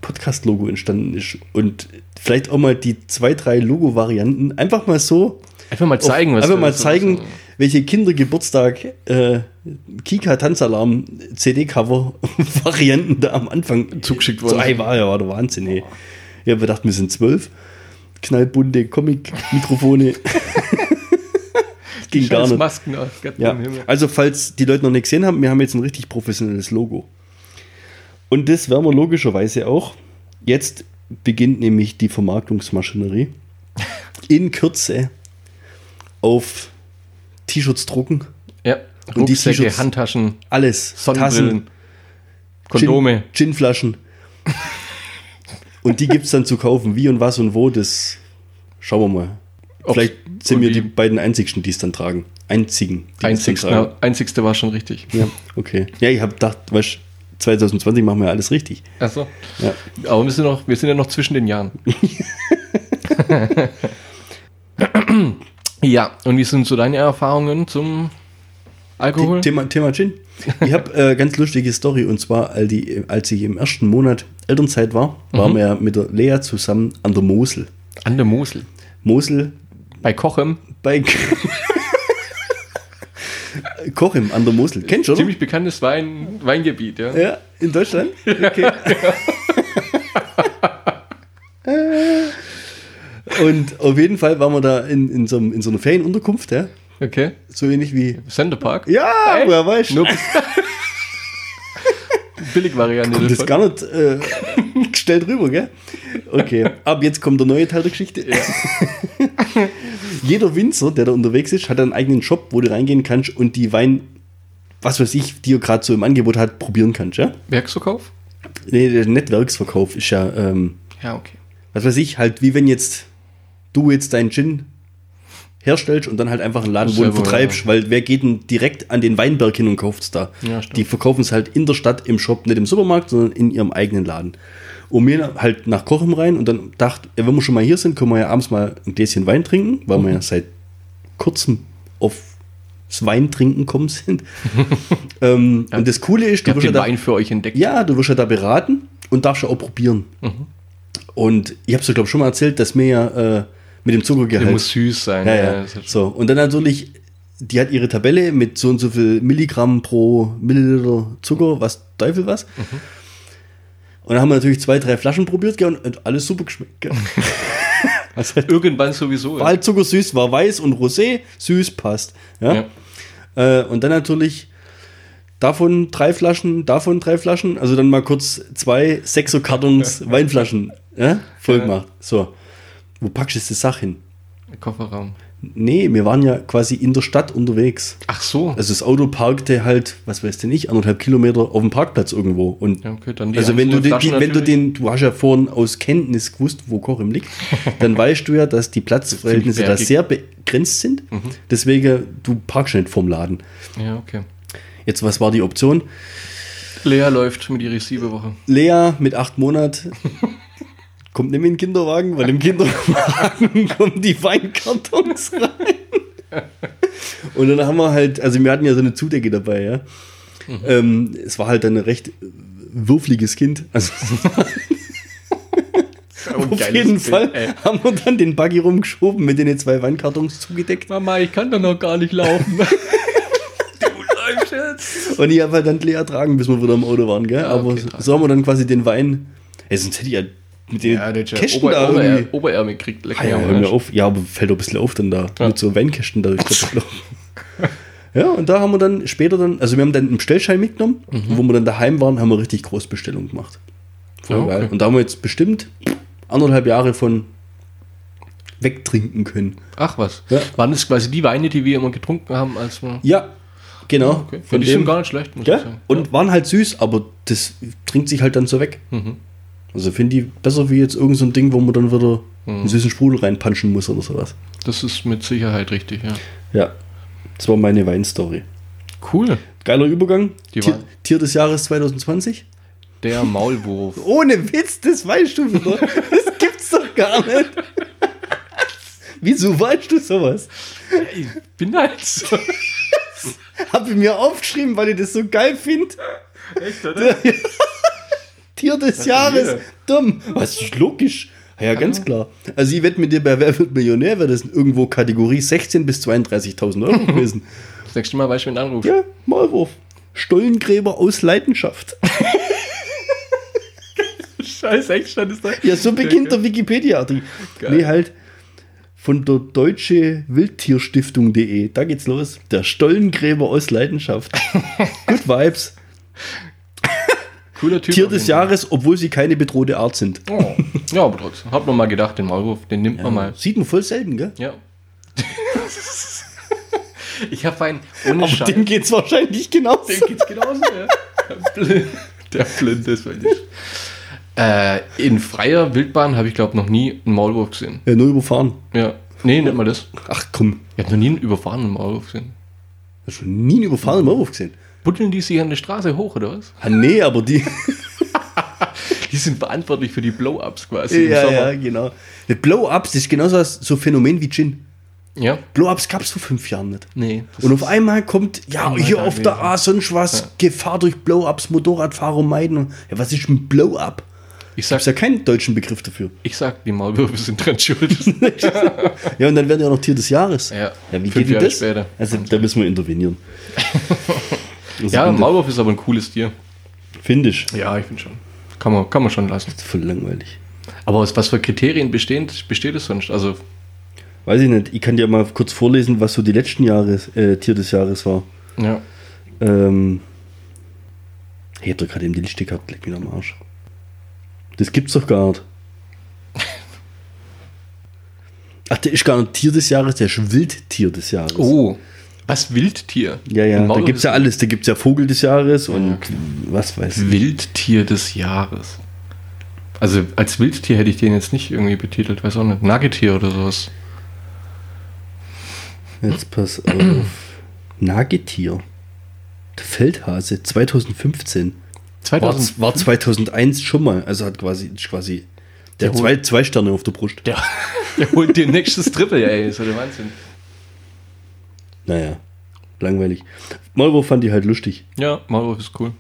Speaker 1: Podcast-Logo entstanden ist. Und vielleicht auch mal die zwei, drei Logo-Varianten. Einfach mal so.
Speaker 2: einfach mal zeigen,
Speaker 1: auf,
Speaker 2: was
Speaker 1: Einfach
Speaker 2: wir-
Speaker 1: mal zeigen, welche Kindergeburtstag äh, Kika Tanzalarm CD-Cover-Varianten da am Anfang
Speaker 2: Zugeschickt
Speaker 1: So,
Speaker 2: wurden.
Speaker 1: ey, war ja war der Wahnsinn, ey. Ich habe gedacht, wir sind zwölf. Knallbunte Comic-Mikrofone. Ging gar
Speaker 2: Scheiß
Speaker 1: nicht.
Speaker 2: Masken. oh Gott
Speaker 1: Ja,
Speaker 2: im Himmel.
Speaker 1: also falls die Leute noch nicht gesehen haben, wir haben jetzt ein richtig professionelles Logo. Und das werden wir logischerweise auch. Jetzt beginnt nämlich die Vermarktungsmaschinerie. In Kürze auf T-Shirts drucken.
Speaker 2: ja.
Speaker 1: Und die
Speaker 2: Rucksäcke,
Speaker 1: T-Shirts-
Speaker 2: Handtaschen,
Speaker 1: Alles.
Speaker 2: Sonnenbrillen, Kondome.
Speaker 1: Gin, Ginflaschen. und die gibt es dann zu kaufen. Wie und was und wo, das schauen wir mal.
Speaker 2: Ob-
Speaker 1: Vielleicht sind
Speaker 2: und
Speaker 1: wir
Speaker 2: die-
Speaker 1: die beiden einzigsten, die es dann tragen. Einzigen. die es dann
Speaker 2: Einzigste,
Speaker 1: tragen.
Speaker 2: einzigste war schon richtig.
Speaker 1: Ja, okay. Ja, ich habe gedacht, weißt 2020 machen wir alles richtig.
Speaker 2: Achso.
Speaker 1: Ja.
Speaker 2: Aber wir sind, noch, wir sind ja noch zwischen den Jahren. ja, und wie sind so deine Erfahrungen zum Alkohol?
Speaker 1: Thema, Thema Gin. Ich habe äh, ganz lustige Story und zwar, als die- als ich im ersten Monat Elternzeit war, waren wir ja mit der Lea zusammen an der Mosel.
Speaker 2: An der Mosel.
Speaker 1: Mosel
Speaker 2: Bei Kochem.
Speaker 1: bei Kochim an der Mosel. Kennst du, oder?
Speaker 2: Ziemlich bekanntes Wein, Weingebiet, ja.
Speaker 1: Hm? Ja, in Deutschland? Okay. Äh, und auf jeden Fall waren wir da in, in, so, einem- in so einer Ferienunterkunft, ja?
Speaker 2: Okay.
Speaker 1: so ähnlich wie
Speaker 2: Senderpark.
Speaker 1: Ja,
Speaker 2: Echt?
Speaker 1: woher weißt du?
Speaker 2: Nur Billigvariante.
Speaker 1: Und das
Speaker 2: davon.
Speaker 1: gar nicht äh, gestellt rüber, gell? Okay, ab jetzt kommt der neue Teil der Geschichte. Jeder Winzer, der da unterwegs ist, hat einen eigenen Shop, wo du reingehen kannst und die Wein, was weiß ich, die er gerade so im Angebot hat, probieren kannst, ja?
Speaker 2: Werksverkauf?
Speaker 1: Nee, der Netzwerksverkauf ist ja, ähm,
Speaker 2: Ja, okay.
Speaker 1: was weiß ich, halt wie wenn jetzt du jetzt deinen Gin herstellst und dann halt einfach einen Laden, wo du ihn
Speaker 2: Selber,
Speaker 1: vertreibst, weil wer geht denn direkt an den Weinberg hin und kauft es da?
Speaker 2: Ja, stimmt.
Speaker 1: Die verkaufen es halt in der Stadt im Shop, nicht im Supermarkt, sondern in ihrem eigenen Laden. Und wir halt nach Kochem rein und dann dachte, ja, wenn wir schon mal hier sind, können wir ja abends mal ein Gläschen Wein trinken, weil wir ja seit kurzem auf das Weintrinken kommen sind. ähm, Und das Coole ist,
Speaker 2: Ich habe
Speaker 1: wirst ja
Speaker 2: den
Speaker 1: da-
Speaker 2: Wein für euch entdeckt.
Speaker 1: ja, du wirst ja da beraten und darfst ja auch probieren. Und ich habe es, glaube ich, schon mal erzählt, dass mir ja äh, mit dem
Speaker 2: Der
Speaker 1: Zuckergehalt.
Speaker 2: muss süß sein.
Speaker 1: ja,
Speaker 2: ja,
Speaker 1: ja.
Speaker 2: das ist-
Speaker 1: So, und dann natürlich, die hat ihre Tabelle mit so und so viel Milligramm pro Milliliter Zucker, was Teufel was. Und dann haben wir natürlich zwei, drei Flaschen probiert gell, und, und alles super geschmeckt. Gell.
Speaker 2: Das hat irgendwann sowieso.
Speaker 1: War halt zuckersüß, war weiß und rosé, süß passt. Ja?
Speaker 2: Ja.
Speaker 1: Äh, und dann natürlich davon drei Flaschen, davon drei Flaschen, also dann mal kurz zwei Sechser-Kartons Weinflaschen ja? voll
Speaker 2: Ja.
Speaker 1: gemacht. So, wo packst du die Sache hin?
Speaker 2: Kofferraum.
Speaker 1: Nee, wir waren ja quasi in der Stadt unterwegs.
Speaker 2: Ach so.
Speaker 1: Also das Auto parkte halt, was weiß denn ich, anderthalb Kilometer auf dem Parkplatz irgendwo. Und
Speaker 2: Ja, okay, dann die
Speaker 1: also wenn du,
Speaker 2: einzelnen
Speaker 1: den,
Speaker 2: Flaschen
Speaker 1: die, wenn du den,
Speaker 2: natürlich.
Speaker 1: du hast ja vorhin aus Kenntnis gewusst, wo Kochim liegt, dann weißt du ja, dass die Platzverhältnisse da
Speaker 2: bergig. Mhm.
Speaker 1: sehr begrenzt sind. Deswegen, du parkst nicht vorm Laden.
Speaker 2: ja, okay.
Speaker 1: Jetzt, was war die Option?
Speaker 2: Lea läuft mit ihrer Siebewoche.
Speaker 1: Lea mit acht Monaten kommt nicht mit in den Kinderwagen, weil im Kinderwagen kommen die Weinkartons rein. Und dann haben wir halt, also wir hatten ja so eine Zudecke dabei, ja.
Speaker 2: Mhm.
Speaker 1: Ähm, es war halt dann ein recht würfliges Kind. Also
Speaker 2: Oh,
Speaker 1: auf jeden Fall haben wir dann den Buggy rumgeschoben mit den zwei Weinkartons zugedeckt.
Speaker 2: Mama, ich kann doch noch gar nicht laufen. du läufst jetzt.
Speaker 1: Und ich habe halt dann Lea tragen, bis wir wieder im Auto waren, gell?
Speaker 2: Ah,
Speaker 1: Aber
Speaker 2: okay,
Speaker 1: so-
Speaker 2: tragen.
Speaker 1: so haben wir dann quasi den Wein. Ey, sonst hätte ich ja mit den
Speaker 2: Ja, der
Speaker 1: Kästen
Speaker 2: Ober,
Speaker 1: da irgendwie.
Speaker 2: Ober, Oberärmel kriegt lecker.
Speaker 1: Ah, ja, hör mir auf. ja, aber fällt doch ein bisschen auf dann da.
Speaker 2: Ja.
Speaker 1: Mit so Weinkästen da. ja, und da haben wir dann später dann, also wir haben dann einen Bestellschein mitgenommen,
Speaker 2: Mhm.
Speaker 1: wo wir dann daheim waren, haben wir richtig Großbestellung gemacht. Voll
Speaker 2: Ja, Ah, okay.
Speaker 1: geil. Und da haben wir jetzt bestimmt anderthalb Jahre von wegtrinken können.
Speaker 2: Ach was.
Speaker 1: Ja.
Speaker 2: Waren das quasi die Weine, die wir immer getrunken haben, als wir.
Speaker 1: Ja, genau.
Speaker 2: Ah, Okay. Ja,
Speaker 1: Von
Speaker 2: die sind
Speaker 1: dem,
Speaker 2: gar nicht schlecht, muss ich
Speaker 1: gell?
Speaker 2: sagen.
Speaker 1: Und waren halt süß, aber
Speaker 2: Mhm.
Speaker 1: das trinkt sich halt dann so weg. Also finde ich besser wie jetzt irgend so ein Ding, wo man dann wieder
Speaker 2: Mhm.
Speaker 1: einen süßen Sprudel reinpanschen muss oder sowas.
Speaker 2: Das ist mit Sicherheit richtig, ja.
Speaker 1: Ja, das war meine Weinstory.
Speaker 2: Cool.
Speaker 1: Geiler Übergang.
Speaker 2: Die
Speaker 1: Tier,
Speaker 2: Wein-
Speaker 1: Tier des Jahres 2020.
Speaker 2: Der Maulwurf.
Speaker 1: Ohne Witz, das weißt du wieder. Das gibt's doch gar nicht. Wieso weißt du sowas?
Speaker 2: ich bin halt so.
Speaker 1: Hab ich mir aufgeschrieben, weil ich das so geil finde.
Speaker 2: Echt, oder?
Speaker 1: Tier des Jahres. Dumm. Was ist logisch? Ja, ja, ganz klar. Also ich wette mit dir, bei Wer wird Millionär wäre das irgendwo Kategorie 16 bis 32.000 Euro gewesen.
Speaker 2: Das nächste Mal weißt du, wen anrufst.
Speaker 1: ja, Maulwurf. Stollengräber aus Leidenschaft.
Speaker 2: Scheiß Eckstein ist da.
Speaker 1: Ja, so beginnt der Wikipedia-Artikel.
Speaker 2: Geil.
Speaker 1: Nee, halt von der deutsche Wildtierstiftung.de. Da geht's los. Der Stollengräber aus Leidenschaft. Good Vibes.
Speaker 2: Cooler Typ.
Speaker 1: Tier
Speaker 2: auf
Speaker 1: des
Speaker 2: jeden Fall.
Speaker 1: Jahres, obwohl sie keine bedrohte Art sind.
Speaker 2: Oh. Ja, aber trotzdem. Hab noch mal gedacht, den Maulwurf, den nimmt man mal.
Speaker 1: Sieht man voll selten, gell?
Speaker 2: Ja. ich hab einen ohne
Speaker 1: Aber
Speaker 2: Scheiß.
Speaker 1: dem geht's wahrscheinlich genauso.
Speaker 2: Dem geht's genauso, ja. Der Blind- Der Blinde ist wirklich. Äh, in freier Wildbahn habe ich, glaube noch nie einen Maulwurf gesehen.
Speaker 1: Ja, nur überfahren.
Speaker 2: Ja. Nee, nennt man das.
Speaker 1: Ach komm,
Speaker 2: Ich habe noch nie einen überfahrenen Maulwurf gesehen.
Speaker 1: hast du schon nie einen überfahrenen Maulwurf gesehen?
Speaker 2: Buddeln die sich an der Straße hoch, oder was?
Speaker 1: Ah, nee, aber die.
Speaker 2: Die sind verantwortlich für die Blow-Ups quasi im
Speaker 1: ja, ja,
Speaker 2: Sommer.
Speaker 1: genau. Die Blow-Ups, das ist genauso was- so ein Phänomen wie Gin.
Speaker 2: Ja.
Speaker 1: Blow-Ups gab's vor fünf Jahren nicht.
Speaker 2: Nee.
Speaker 1: Und auf einmal kommt, ja,
Speaker 2: einmal
Speaker 1: hier
Speaker 2: da
Speaker 1: auf der
Speaker 2: gewesen.
Speaker 1: A sonst was, Gefahr durch Blow-Ups, Motorradfahrer meiden. Ja, was ist ein Blow-Up?
Speaker 2: Ich sag,
Speaker 1: Gibt's ja keinen deutschen Begriff dafür.
Speaker 2: ich sag, die Maulwürfe sind dran schuld.
Speaker 1: Ja, und dann werden ja noch Tier des Jahres.
Speaker 2: Ja,
Speaker 1: wie
Speaker 2: fünf
Speaker 1: geht denn
Speaker 2: Jahre
Speaker 1: das?
Speaker 2: später.
Speaker 1: Also, da müssen wir intervenieren. Also,
Speaker 2: ja,
Speaker 1: finde-
Speaker 2: Maulwurf ist aber ein cooles Tier.
Speaker 1: finde ich.
Speaker 2: Ja, ich finde schon. Kann man, kann man schon lassen.
Speaker 1: Voll langweilig.
Speaker 2: Aber aus was für Kriterien besteht, besteht es sonst? Also,
Speaker 1: Weiß ich nicht, ich kann dir mal kurz vorlesen, was so die letzten Jahre äh, Tier des Jahres war.
Speaker 2: ja.
Speaker 1: Ähm, ich hab doch gerade eben die Liste gehabt, leck mich am Arsch. Das gibt's doch gar nicht. Ach, der ist gar nicht Tier des Jahres, der ist Wildtier des Jahres.
Speaker 2: Oh, was Wildtier?
Speaker 1: Ja, ja,
Speaker 2: Ein
Speaker 1: da
Speaker 2: Maulwurf
Speaker 1: gibt's ja
Speaker 2: ist
Speaker 1: alles. Da gibt's ja Vogel des Jahres und was weiß ich.
Speaker 2: Wildtier des Jahres. Also als Wildtier hätte ich den jetzt nicht irgendwie betitelt, weiß auch nicht. Nagetier oder sowas.
Speaker 1: Jetzt pass auf. Nagetier. Der Feldhase 2015. War,
Speaker 2: 2000.
Speaker 1: war 2001 schon mal. Also hat quasi, ist quasi der,
Speaker 2: Der
Speaker 1: zwei, zwei Sterne auf der Brust.
Speaker 2: Der, der holt dir nächstes Triple, ey, ist ja der Wahnsinn.
Speaker 1: Naja, langweilig. Maulwurf fand die halt lustig.
Speaker 2: Ja, Maulwurf ist cool.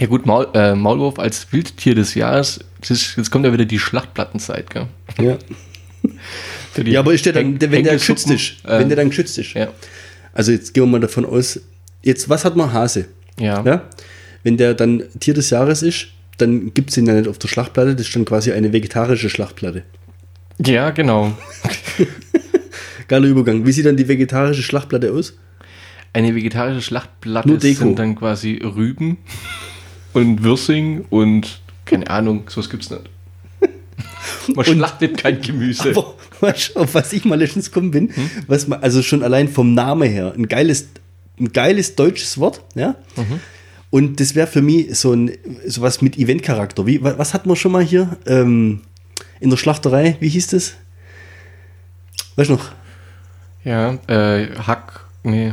Speaker 2: Ja gut, Maul, äh, Maulwurf als Wildtier des Jahres, das ist, jetzt kommt ja wieder die Schlachtplattenzeit, gell?
Speaker 1: Ja,
Speaker 2: Die
Speaker 1: ja aber ist der dann,
Speaker 2: Hen-
Speaker 1: der, wenn der
Speaker 2: Henkelsuppen,
Speaker 1: geschützt ist.
Speaker 2: äh,
Speaker 1: wenn der dann geschützt ist.
Speaker 2: ja.
Speaker 1: Also jetzt gehen wir mal davon aus, jetzt, was hat man Hase?
Speaker 2: Ja.
Speaker 1: Ja? Wenn der dann Tier des Jahres ist, dann gibt es ihn ja nicht auf der Schlachtplatte, das ist dann quasi eine vegetarische Schlachtplatte.
Speaker 2: ja, genau.
Speaker 1: Geiler Übergang. Wie sieht dann die vegetarische Schlachtplatte aus?
Speaker 2: Eine vegetarische Schlachtplatte
Speaker 1: Nur Deko.
Speaker 2: sind dann quasi Rüben und Würsing und keine Ahnung, sowas gibt's nicht. Man schlachtet kein Gemüse.
Speaker 1: Aber, weißt du, auf was ich mal letztens gekommen bin, was man, also schon allein vom Namen her, ein geiles, ein geiles deutsches Wort, ja. Und das wäre für mich so ein sowas mit Eventcharakter. Wie, wa- was hatten wir schon mal hier? Ähm, in der Schlachterei, wie hieß das? Weißt du noch?
Speaker 2: Ja, äh, Hack, nee.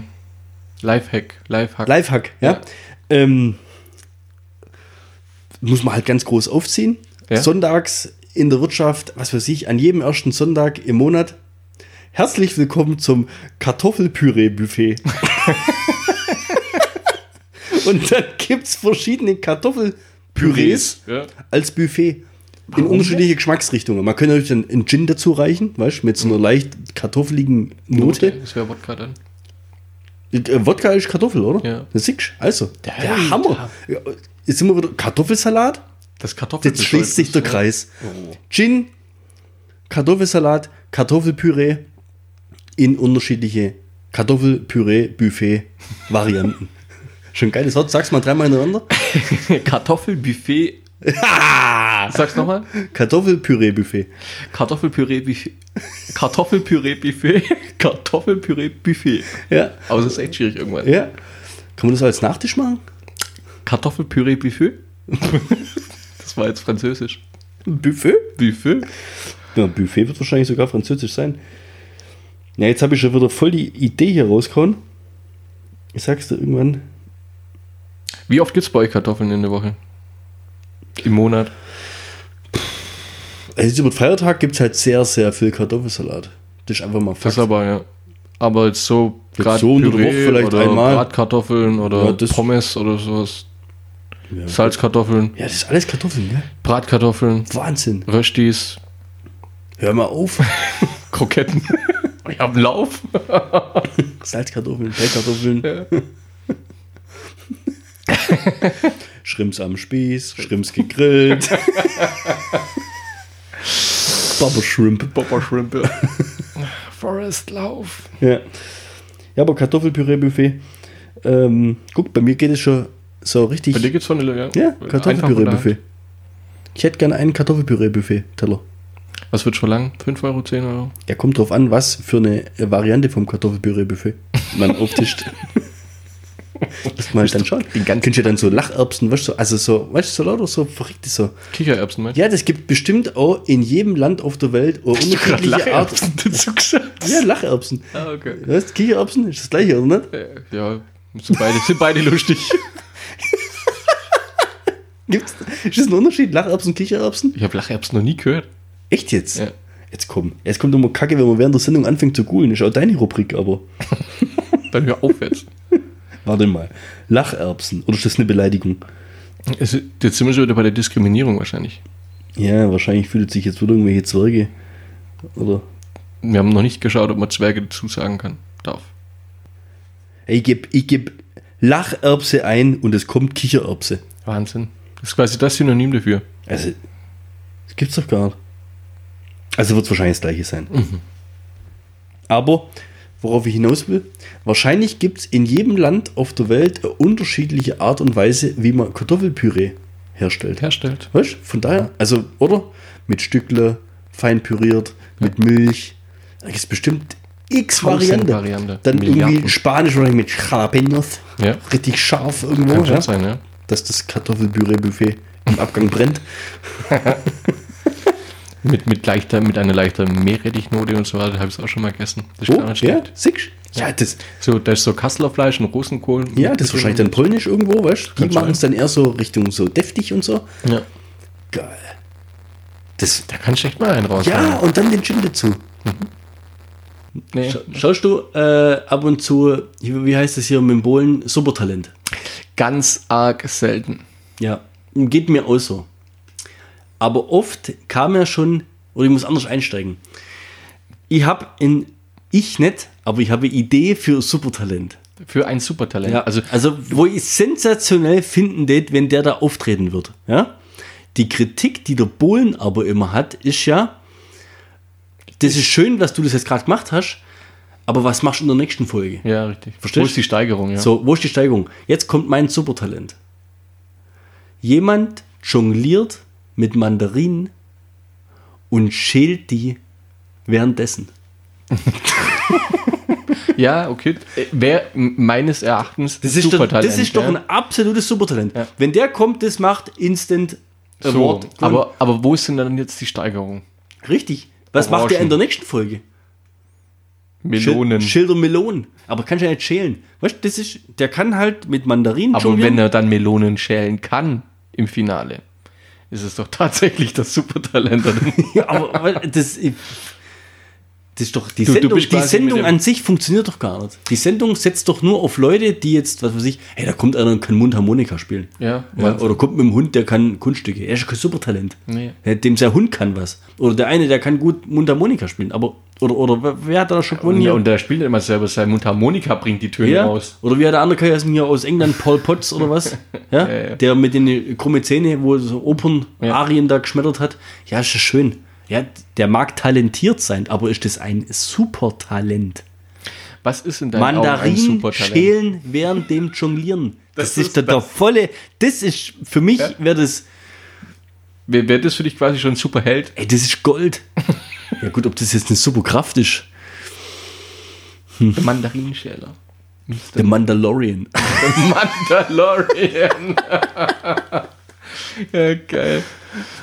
Speaker 2: Lifehack, Lifehack.
Speaker 1: Lifehack, ja.
Speaker 2: Ja.
Speaker 1: Ähm, muss man halt ganz groß aufziehen.
Speaker 2: Ja.
Speaker 1: Sonntags in der Wirtschaft, was weiß ich, an jedem ersten Sonntag im Monat. Herzlich willkommen zum Kartoffelpüree-Buffet. Und dann gibt es verschiedene Kartoffelpürees
Speaker 2: Ja.
Speaker 1: als Buffet. In unterschiedliche Geschmacksrichtungen. Man könnte natürlich dann einen Gin dazu reichen, weißt du, mit so einer leicht kartoffeligen Note.
Speaker 2: Das wäre Wodka dann.
Speaker 1: Äh, Wodka ist Kartoffel, oder?
Speaker 2: Ja.
Speaker 1: Das siehst du. Also, der,
Speaker 2: Ja,
Speaker 1: Hammer. Ja, Jetzt sind wir wieder Kartoffelsalat.
Speaker 2: Das Kartoffel.
Speaker 1: Jetzt schließt sich der Kreis.
Speaker 2: Oh.
Speaker 1: Gin, Kartoffelsalat, Kartoffelpüree in unterschiedliche Kartoffelpüree-Buffet-Varianten. Schon geiles Wort. Sag's mal dreimal hintereinander.
Speaker 2: Kartoffelbuffet. Sag's nochmal.
Speaker 1: Kartoffelpüree-Buffet.
Speaker 2: Kartoffelpüree-Buffet. Kartoffelpüree-Buffet. Kartoffelpüree-Buffet.
Speaker 1: Ja,
Speaker 2: Aber es ist echt schwierig irgendwann.
Speaker 1: ja. Kann man das als Nachtisch machen?
Speaker 2: Kartoffelpüree-Buffet. Das war jetzt französisch.
Speaker 1: Buffet?
Speaker 2: Buffet.
Speaker 1: Ja, Buffet wird wahrscheinlich sogar französisch sein. Ja, jetzt habe ich schon wieder voll die Idee hier rausgehauen. Ich sag's dir irgendwann.
Speaker 2: Wie oft gibt's bei euch Kartoffeln in der Woche? Im Monat?
Speaker 1: Also über den Feiertag gibt es halt sehr, sehr viel Kartoffelsalat. Das ist einfach mal
Speaker 2: Das
Speaker 1: Fakt.
Speaker 2: aber, ja. Aber jetzt so
Speaker 1: Jetzt so unter der Woche vielleicht
Speaker 2: oder
Speaker 1: einmal.
Speaker 2: Bratkartoffeln oder
Speaker 1: Ja, das-
Speaker 2: Pommes oder sowas.
Speaker 1: Ja.
Speaker 2: Salzkartoffeln,
Speaker 1: ja, das ist alles Kartoffeln, ja?
Speaker 2: Bratkartoffeln,
Speaker 1: Wahnsinn.
Speaker 2: Röstis,
Speaker 1: Hör mal auf.
Speaker 2: Kroketten. ich hab einen Lauf.
Speaker 1: Salzkartoffeln, Pellkartoffeln. Schrimps am Spieß, Schrimps gegrillt. Bubble Shrimp.
Speaker 2: Bopper Shrimp. Forest Lauf.
Speaker 1: Ja. ja, aber Kartoffelpüree-Buffet. Ähm, guck, bei mir geht es schon so richtig.
Speaker 2: Bei dir gibt's Vanille, ja?
Speaker 1: Ja,
Speaker 2: Einfach von der Hand.
Speaker 1: Kartoffelpüree-Buffet. Ich hätte gerne einen Kartoffelpüree-Buffet-Teller.
Speaker 2: Was wird schon lang? 5 Euro, 10 Euro?
Speaker 1: Ja, kommt drauf an, was für eine Variante vom Kartoffelpüree-Buffet man auftischt. Das mal dann schon. Könnt ihr dann so Lacherbsen, weißt du, so- also so, weißt du, so lauter so verrückte so.
Speaker 2: Kichererbsen, meinst
Speaker 1: Ja, das gibt bestimmt auch in jedem Land auf der Welt auch unterschiedliche Art.
Speaker 2: dazu gesagt?
Speaker 1: Ja, Lacherbsen.
Speaker 2: Ah, okay.
Speaker 1: Weißt du, Kichererbsen ist das gleiche, oder nicht?
Speaker 2: Äh, Ja, sind beide, sind beide lustig.
Speaker 1: Gibt's, ist das ein Unterschied, Lacherbsen, Kichererbsen?
Speaker 2: Ich habe Lacherbsen noch nie gehört.
Speaker 1: Echt jetzt?
Speaker 2: Ja.
Speaker 1: Jetzt komm. Jetzt kommt immer Kacke, wenn man während der Sendung anfängt zu googeln. Ist auch deine Rubrik, aber
Speaker 2: Dann hör auf jetzt.
Speaker 1: warte mal. Lacherbsen. Oder ist das eine Beleidigung?
Speaker 2: Es, Also, jetzt sind wir schon wieder bei der Diskriminierung wahrscheinlich.
Speaker 1: Ja, wahrscheinlich fühlt sich jetzt wieder irgendwelche Zwerge. Oder.
Speaker 2: Wir haben noch nicht geschaut, ob man Zwerge dazu sagen kann. Darf.
Speaker 1: Ich gebe ich geb Lacherbse ein und es kommt Kichererbse.
Speaker 2: Wahnsinn. Das ist quasi das Synonym dafür.
Speaker 1: Also, das gibt's doch gar nicht. Also wird es wahrscheinlich das gleiche sein.
Speaker 2: Mhm.
Speaker 1: Aber, worauf ich hinaus will, wahrscheinlich gibt es in jedem Land auf der Welt eine unterschiedliche Art und Weise, wie man Kartoffelpüree herstellt.
Speaker 2: Herstellt.
Speaker 1: Weißt du? Von daher, also, oder? Mit Stückle, fein püriert, mit Milch. Da gibt es bestimmt x
Speaker 2: Tausend
Speaker 1: Varianten.
Speaker 2: Variante.
Speaker 1: Dann
Speaker 2: Milliarden.
Speaker 1: irgendwie Spanisch oder mit Jalapenos.
Speaker 2: Ja.
Speaker 1: Richtig scharf irgendwo.
Speaker 2: Kann schon
Speaker 1: Oh, Ja?
Speaker 2: sein, ja.
Speaker 1: Dass das Kartoffelpüree-Buffet im Abgang brennt.
Speaker 2: Mit, mit, leichter, mit einer leichteren Meerrettichnote und so weiter. Habe ich es auch schon mal gegessen. Das ist
Speaker 1: Oh,
Speaker 2: gar nicht
Speaker 1: ja,
Speaker 2: schlecht.
Speaker 1: siehst du? Ja, das,
Speaker 2: So, da ist so Kasseler Fleisch und Rosenkohl.
Speaker 1: ja, das ist wahrscheinlich dann polnisch irgendwo, weißt du?
Speaker 2: Kann
Speaker 1: Die machen es
Speaker 2: sein.
Speaker 1: dann eher so Richtung so deftig und so.
Speaker 2: Ja.
Speaker 1: Geil. Das,
Speaker 2: Da kannst du echt mal einen raushauen.
Speaker 1: ja, und dann den Gin dazu.
Speaker 2: Nee.
Speaker 1: Scha- Schaust du äh, ab und zu, hier, wie heißt das hier mit dem Bohlen? Supertalent.
Speaker 2: Ganz arg selten.
Speaker 1: Ja, geht mir auch so. Aber oft kam ja schon, oder ich muss anders einsteigen. Ich habe in, ich nicht, aber ich habe Idee für Supertalent.
Speaker 2: Für ein Supertalent.
Speaker 1: Ja, also, also wo ich sensationell finden tät, wenn der da auftreten wird. Ja? Die Kritik, die der Bohlen aber immer hat, ist ja, das ist schön, dass du das jetzt gerade gemacht hast, aber was machst du in der nächsten Folge?
Speaker 2: Ja, richtig.
Speaker 1: Verstehst?
Speaker 2: Wo ist die Steigerung, ja.
Speaker 1: So, wo ist die Steigerung? Jetzt kommt mein Supertalent. Jemand jongliert mit Mandarinen und schält die währenddessen.
Speaker 2: Ja, okay. Äh, Wer m- meines Erachtens
Speaker 1: Das ist, doch, das ist doch
Speaker 2: ja.
Speaker 1: ein absolutes Supertalent.
Speaker 2: Ja.
Speaker 1: Wenn der kommt, das macht Instant
Speaker 2: so,
Speaker 1: Award.
Speaker 2: aber, aber wo ist denn dann jetzt die Steigerung?
Speaker 1: Richtig. Was macht der in der nächsten Folge?
Speaker 2: Melonen.
Speaker 1: Schil- Schilder Melonen. Aber kannst du ja nicht schälen. Weißt du, das ist, der kann halt mit Mandarinen
Speaker 2: aber wenn er dann Melonen schälen kann im Finale, ist es doch tatsächlich das Supertalent.
Speaker 1: Ja, aber weil das, äh, das ist doch die
Speaker 2: Du- du
Speaker 1: Sendung,
Speaker 2: bist
Speaker 1: die
Speaker 2: quasi mit
Speaker 1: Sendung
Speaker 2: dem-
Speaker 1: an sich funktioniert doch gar nicht. Die Sendung setzt doch nur auf Leute, die jetzt, was weiß ich, hey, da kommt einer und kann Mundharmonika spielen.
Speaker 2: Ja,
Speaker 1: ja oder kommt mit dem Hund, der kann Kunststücke. Er ist kein Supertalent.
Speaker 2: Nee.
Speaker 1: Ja, Dem sein Hund kann was. Oder der eine, der kann gut Mundharmonika spielen. Aber oder oder wer- wer hat da schon gewonnen?
Speaker 2: ja,
Speaker 1: hier?
Speaker 2: und der spielt immer selber sein Mundharmonika bringt die Töne
Speaker 1: Ja.
Speaker 2: raus.
Speaker 1: Oder wie hat der andere Kajasen hier aus England, Paul Potts oder was? Ja?
Speaker 2: Ja, ja.
Speaker 1: Der mit den krummen Zähne, wo so Opern
Speaker 2: Ja.
Speaker 1: Arien da geschmettert hat. Ja, ist ja schön. Ja, der mag talentiert sein, aber ist das ein Supertalent?
Speaker 2: Was ist in deinen Augen ein
Speaker 1: Mandarinen
Speaker 2: Supertalent?
Speaker 1: schälen während dem Jonglieren. Das,
Speaker 2: Das
Speaker 1: ist,
Speaker 2: ist-
Speaker 1: der, der volle. Das ist für mich
Speaker 2: Ja.
Speaker 1: wäre das.
Speaker 2: Wäre wär das für dich quasi schon ein Superheld?
Speaker 1: Ey, das ist Gold. ja gut, ob das jetzt eine Superkraft ist.
Speaker 2: Der Mandarinenschäler.
Speaker 1: Der Mandalorian.
Speaker 2: Mandalorian. ja, geil.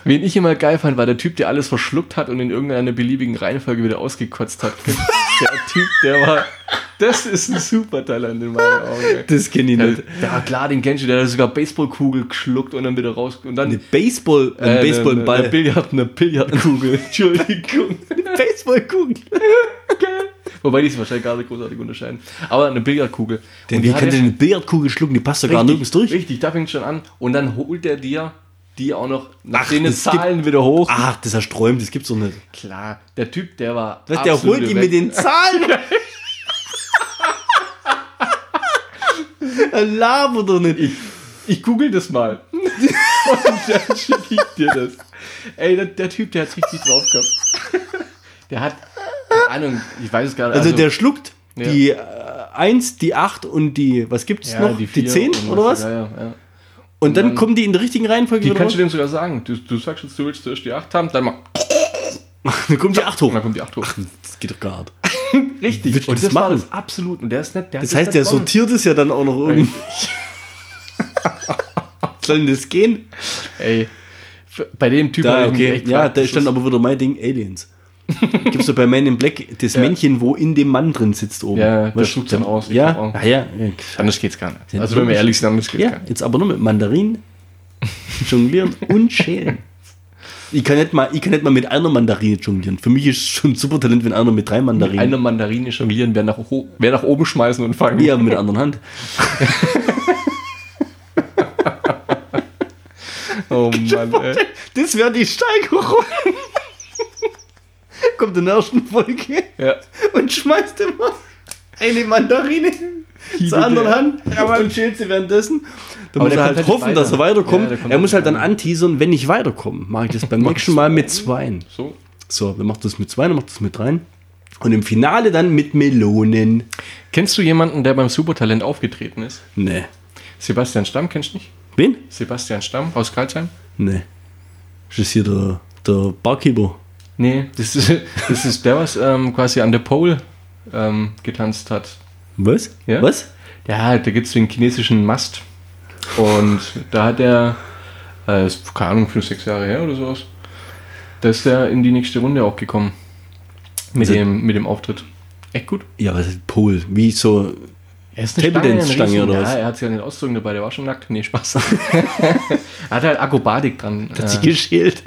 Speaker 2: Wen ich immer geil fand, war der Typ, der alles verschluckt hat und in irgendeiner beliebigen Reihenfolge wieder ausgekotzt hat. der Typ, der war. Das ist ein Supertalent in meinen Augen. ey.
Speaker 1: Das kenne ich
Speaker 2: Der,
Speaker 1: nicht.
Speaker 2: ja, klar, den kennst du, der hat sogar Baseballkugel geschluckt und dann wieder raus. Und dann.
Speaker 1: Eine Baseball, ein
Speaker 2: äh, Eine,
Speaker 1: Baseballball.
Speaker 2: eine, Billard, eine Billardkugel. Entschuldigung.
Speaker 1: Baseballkugel.
Speaker 2: Wobei die sich wahrscheinlich gar nicht großartig unterscheiden. Aber eine Billardkugel.
Speaker 1: Denn
Speaker 2: Und
Speaker 1: wie
Speaker 2: hat
Speaker 1: kann
Speaker 2: er-
Speaker 1: denn eine Billardkugel schlucken? Die passt doch gar nirgends durch.
Speaker 2: Richtig, da fängt schon an. Und dann holt er dir die auch noch nach
Speaker 1: Ach,
Speaker 2: den
Speaker 1: es gibt- Ah.
Speaker 2: Zahlen wieder hoch.
Speaker 1: Ach, das hast du träumt, das gibt's doch nicht.
Speaker 2: Klar, der Typ, der war.
Speaker 1: Was, der
Speaker 2: absolute
Speaker 1: holt die mit
Speaker 2: Welt-
Speaker 1: den Zahlen. Er Labert doch nicht.
Speaker 2: Ich google das mal. Und dann schicke ich dir das. Ey, der, der Typ, der hat richtig drauf gehabt. Der hat. Keine Ahnung, ich weiß es gar nicht.
Speaker 1: also, der schluckt
Speaker 2: Ja.
Speaker 1: die äh, 1, die 8 und die, was gibt's
Speaker 2: ja,
Speaker 1: noch? Die,
Speaker 2: vier
Speaker 1: 10
Speaker 2: und
Speaker 1: oder was?
Speaker 2: Ja, ja, ja.
Speaker 1: Und dann
Speaker 2: dann-
Speaker 1: kommen die in der richtigen Reihenfolge
Speaker 2: Die
Speaker 1: wieder
Speaker 2: kannst du
Speaker 1: raus.
Speaker 2: dem sogar sagen. Du, du sagst jetzt, du willst zuerst die 8 haben, dann mal.
Speaker 1: Dann kommt die 8 hoch.
Speaker 2: Und dann kommt die 8 hoch.
Speaker 1: Das geht doch gar nicht.
Speaker 2: Richtig.
Speaker 1: Willst du
Speaker 2: Und
Speaker 1: das
Speaker 2: das war
Speaker 1: machen?
Speaker 2: das absolut. Und der ist nett. Der hat
Speaker 1: Das
Speaker 2: das
Speaker 1: heißt, der
Speaker 2: nicht gewonnen.
Speaker 1: sortiert es ja dann auch noch irgendwie. Soll denn das gehen?
Speaker 2: Ey. f- Bei dem Typ
Speaker 1: Da,
Speaker 2: hab ich mich
Speaker 1: okay.
Speaker 2: echt
Speaker 1: Ja,
Speaker 2: gefragt,
Speaker 1: da
Speaker 2: das
Speaker 1: stand
Speaker 2: ist-
Speaker 1: aber wieder mein Ding, Aliens. Gibt's doch bei Man in Black das Männchen, wo in dem Mann drin sitzt oben.
Speaker 2: Ja, der
Speaker 1: Weißt
Speaker 2: spuckt
Speaker 1: du,
Speaker 2: dann aus, die
Speaker 1: Ja,
Speaker 2: Augen.
Speaker 1: ah, ja.
Speaker 2: Anders geht's gar nicht.
Speaker 1: Ja,
Speaker 2: Also, wenn wir
Speaker 1: logisch.
Speaker 2: ehrlich sind, anders geht's
Speaker 1: ja,
Speaker 2: gar nicht.
Speaker 1: jetzt aber nur mit Mandarinen, Jonglieren und Schälen. Ich kann, nicht mal, ich kann nicht mal mit einer Mandarine jonglieren. Für mich ist es schon ein super Talent, wenn einer mit drei Mandarinen.
Speaker 2: Eine Mandarine jonglieren, wer nach, ho- wer nach oben schmeißen und fangen.
Speaker 1: Ja, mit der anderen Hand.
Speaker 2: Oh Mann, ey.
Speaker 1: Das wäre die Steigerung. Kommt in der ersten Folge
Speaker 2: Ja.
Speaker 1: und schmeißt immer eine Mandarine zur
Speaker 2: der-
Speaker 1: anderen Hand und chillt sie währenddessen. Da
Speaker 2: Aber
Speaker 1: muss
Speaker 2: der
Speaker 1: er halt
Speaker 2: kommt halt nicht
Speaker 1: hoffen, dass er
Speaker 2: weiter.
Speaker 1: weiterkommt.
Speaker 2: Ja, der kommt
Speaker 1: er
Speaker 2: halt
Speaker 1: muss
Speaker 2: nicht
Speaker 1: halt dann
Speaker 2: weiter.
Speaker 1: anteasern, wenn ich weiterkomme, mache ich das beim nächsten Mal mit zweien.
Speaker 2: So.
Speaker 1: So, dann macht das mit zweien, dann macht das mit dreien. Und im Finale dann mit Melonen.
Speaker 2: Kennst du jemanden, der beim Supertalent aufgetreten ist?
Speaker 1: Ne.
Speaker 2: Sebastian Stamm, kennst du nicht?
Speaker 1: Wen?
Speaker 2: Sebastian Stamm aus Karlsheim?
Speaker 1: Ne. Ist das hier der, der Barkeeper?
Speaker 2: Nee, das ist, das ist der, was ähm, quasi an der Pole ähm, getanzt hat.
Speaker 1: Was?
Speaker 2: Ja?
Speaker 1: Was?
Speaker 2: Ja, da gibt es den chinesischen Mast. Und da hat er, äh, ist, keine Ahnung, fünf, sechs Jahre her oder sowas, da ist er in die nächste Runde auch gekommen. Mit,
Speaker 1: Also-
Speaker 2: dem, mit dem Auftritt. Echt gut.
Speaker 1: Ja, was ist Pol? Wie so
Speaker 2: Er ist
Speaker 1: Table Dance
Speaker 2: ein
Speaker 1: Stange
Speaker 2: Riesen-
Speaker 1: oder was?
Speaker 2: Ja, er hat sich an den Ausdrücken dabei, der war schon nackt. Nee, Spaß. er hat halt Akrobatik dran.
Speaker 1: hat sie geschält.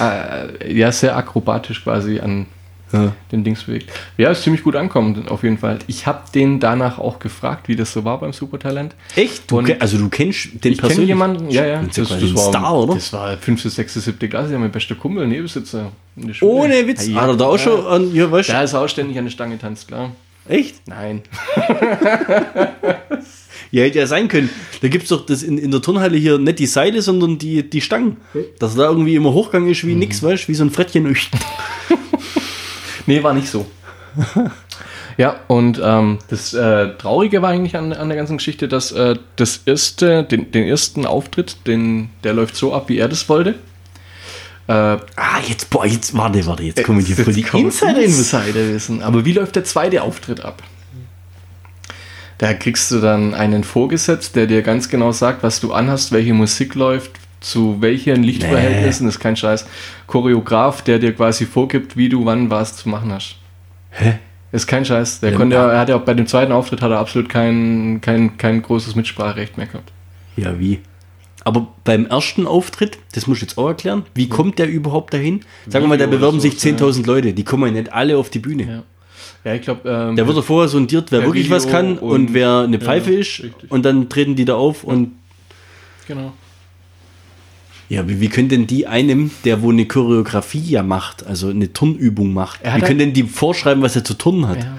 Speaker 2: Äh, ja, sehr akrobatisch quasi an
Speaker 1: Ja.
Speaker 2: den Dings bewegt. Ja, ist ziemlich gut ankommen, auf jeden Fall. Ich habe den danach auch gefragt, wie das so war beim Supertalent.
Speaker 1: Echt? Du,
Speaker 2: Und-
Speaker 1: ke- also du kennst den
Speaker 2: Ich kenne jemanden, ja, ja.
Speaker 1: Das, das war ein Star, oder?
Speaker 2: Das war 5., 6., 7. Klasse, ja, mein bester Kumpel, Nebensitzer. in der Schule.
Speaker 1: Ohne Witz.
Speaker 2: Ja,
Speaker 1: Hat er da auch
Speaker 2: ja.
Speaker 1: schon äh, an, ja, weißt,
Speaker 2: Da ist er auch ständig an der Stange tanzt, klar.
Speaker 1: Echt?
Speaker 2: Nein.
Speaker 1: Ja, hätte ja sein können. Da gibt es doch das in, in der Turnhalle hier nicht die Seile, sondern die, die Stangen. Dass er da irgendwie immer hochgegangen ist
Speaker 2: Mhm.
Speaker 1: wie nix, weißt wie so ein Frettchen.
Speaker 2: Nee, war nicht so. ja, und ähm, das äh, Traurige war eigentlich an, an der ganzen Geschichte, dass äh, das erste, den, den ersten Auftritt, den, der läuft so ab, wie er das wollte. Äh,
Speaker 1: Ah, jetzt, boah, jetzt, warte, warte, jetzt kommen die voll die
Speaker 2: kommt
Speaker 1: Insider-Infos.
Speaker 2: wissen. Aber wie läuft der zweite Auftritt ab? Da kriegst du dann einen vorgesetzt, der dir ganz genau sagt, was du anhast, welche Musik läuft, zu welchen Lichtverhältnissen, das ist kein Scheiß. Choreograf, der dir quasi vorgibt, wie du wann was zu machen hast.
Speaker 1: Hä?
Speaker 2: Ist kein Scheiß. Der
Speaker 1: Ja,
Speaker 2: konnte,
Speaker 1: Mann.
Speaker 2: er hat ja auch bei dem zweiten Auftritt hat er absolut kein, kein, kein großes Mitspracherecht mehr gehabt.
Speaker 1: Ja, wie? Aber beim ersten Auftritt, das muss ich jetzt auch erklären, wie kommt der überhaupt dahin? Sagen wir mal, da
Speaker 2: Video
Speaker 1: bewerben
Speaker 2: oder so,
Speaker 1: sich 10.000 Leute, die kommen ja nicht alle auf die Bühne.
Speaker 2: Ja, ja ich glaube, ähm,
Speaker 1: Da wird doch vorher sondiert, wer
Speaker 2: Wer
Speaker 1: wirklich
Speaker 2: Video
Speaker 1: was kann und,
Speaker 2: und-
Speaker 1: wer eine Pfeife
Speaker 2: ja,
Speaker 1: ist.
Speaker 2: richtig.
Speaker 1: Und dann treten die da auf und.
Speaker 2: genau.
Speaker 1: Ja, wie, wie können denn die einem, der wo eine Choreografie ja macht, also eine Turnübung macht,
Speaker 2: Er hat
Speaker 1: wie
Speaker 2: halt-
Speaker 1: können denn die vorschreiben, was er zu turnen hat?
Speaker 2: Ja.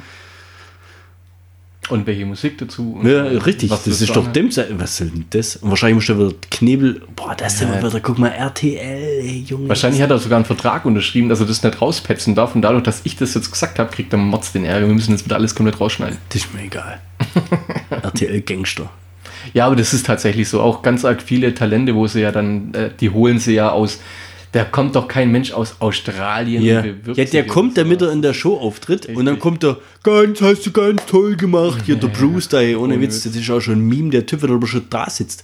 Speaker 2: Und welche Musik dazu? und-
Speaker 1: Ja, richtig,
Speaker 2: was
Speaker 1: das
Speaker 2: du
Speaker 1: ist doch
Speaker 2: anhast.
Speaker 1: dem. Was soll denn das? Und wahrscheinlich muss der wieder Knebel. Boah, das sind wir wieder. Guck mal, RTL, ey, Junge.
Speaker 2: Wahrscheinlich hat er sogar einen Vertrag unterschrieben, dass er das nicht rauspetzen darf. Und dadurch, dass ich das jetzt gesagt habe, kriegt er Motz den Ärger. Wir müssen jetzt wieder alles komplett rausschneiden.
Speaker 1: Das ist mir egal. RTL Gangster.
Speaker 2: Ja, aber das ist tatsächlich so. Auch ganz arg viele Talente, wo sie ja dann, äh, die holen sie ja aus Da kommt doch kein Mensch aus Australien. und
Speaker 1: Ja,
Speaker 2: bewirbt
Speaker 1: ja
Speaker 2: sich
Speaker 1: der
Speaker 2: hier
Speaker 1: kommt,
Speaker 2: für
Speaker 1: damit er
Speaker 2: sowas.
Speaker 1: in der Show auftritt und dann kommt er, ganz, hast du ganz toll gemacht, hier der Bruce da, ey, ohne Witz, das ist auch schon ein Meme, der Typ, wenn er schon da sitzt.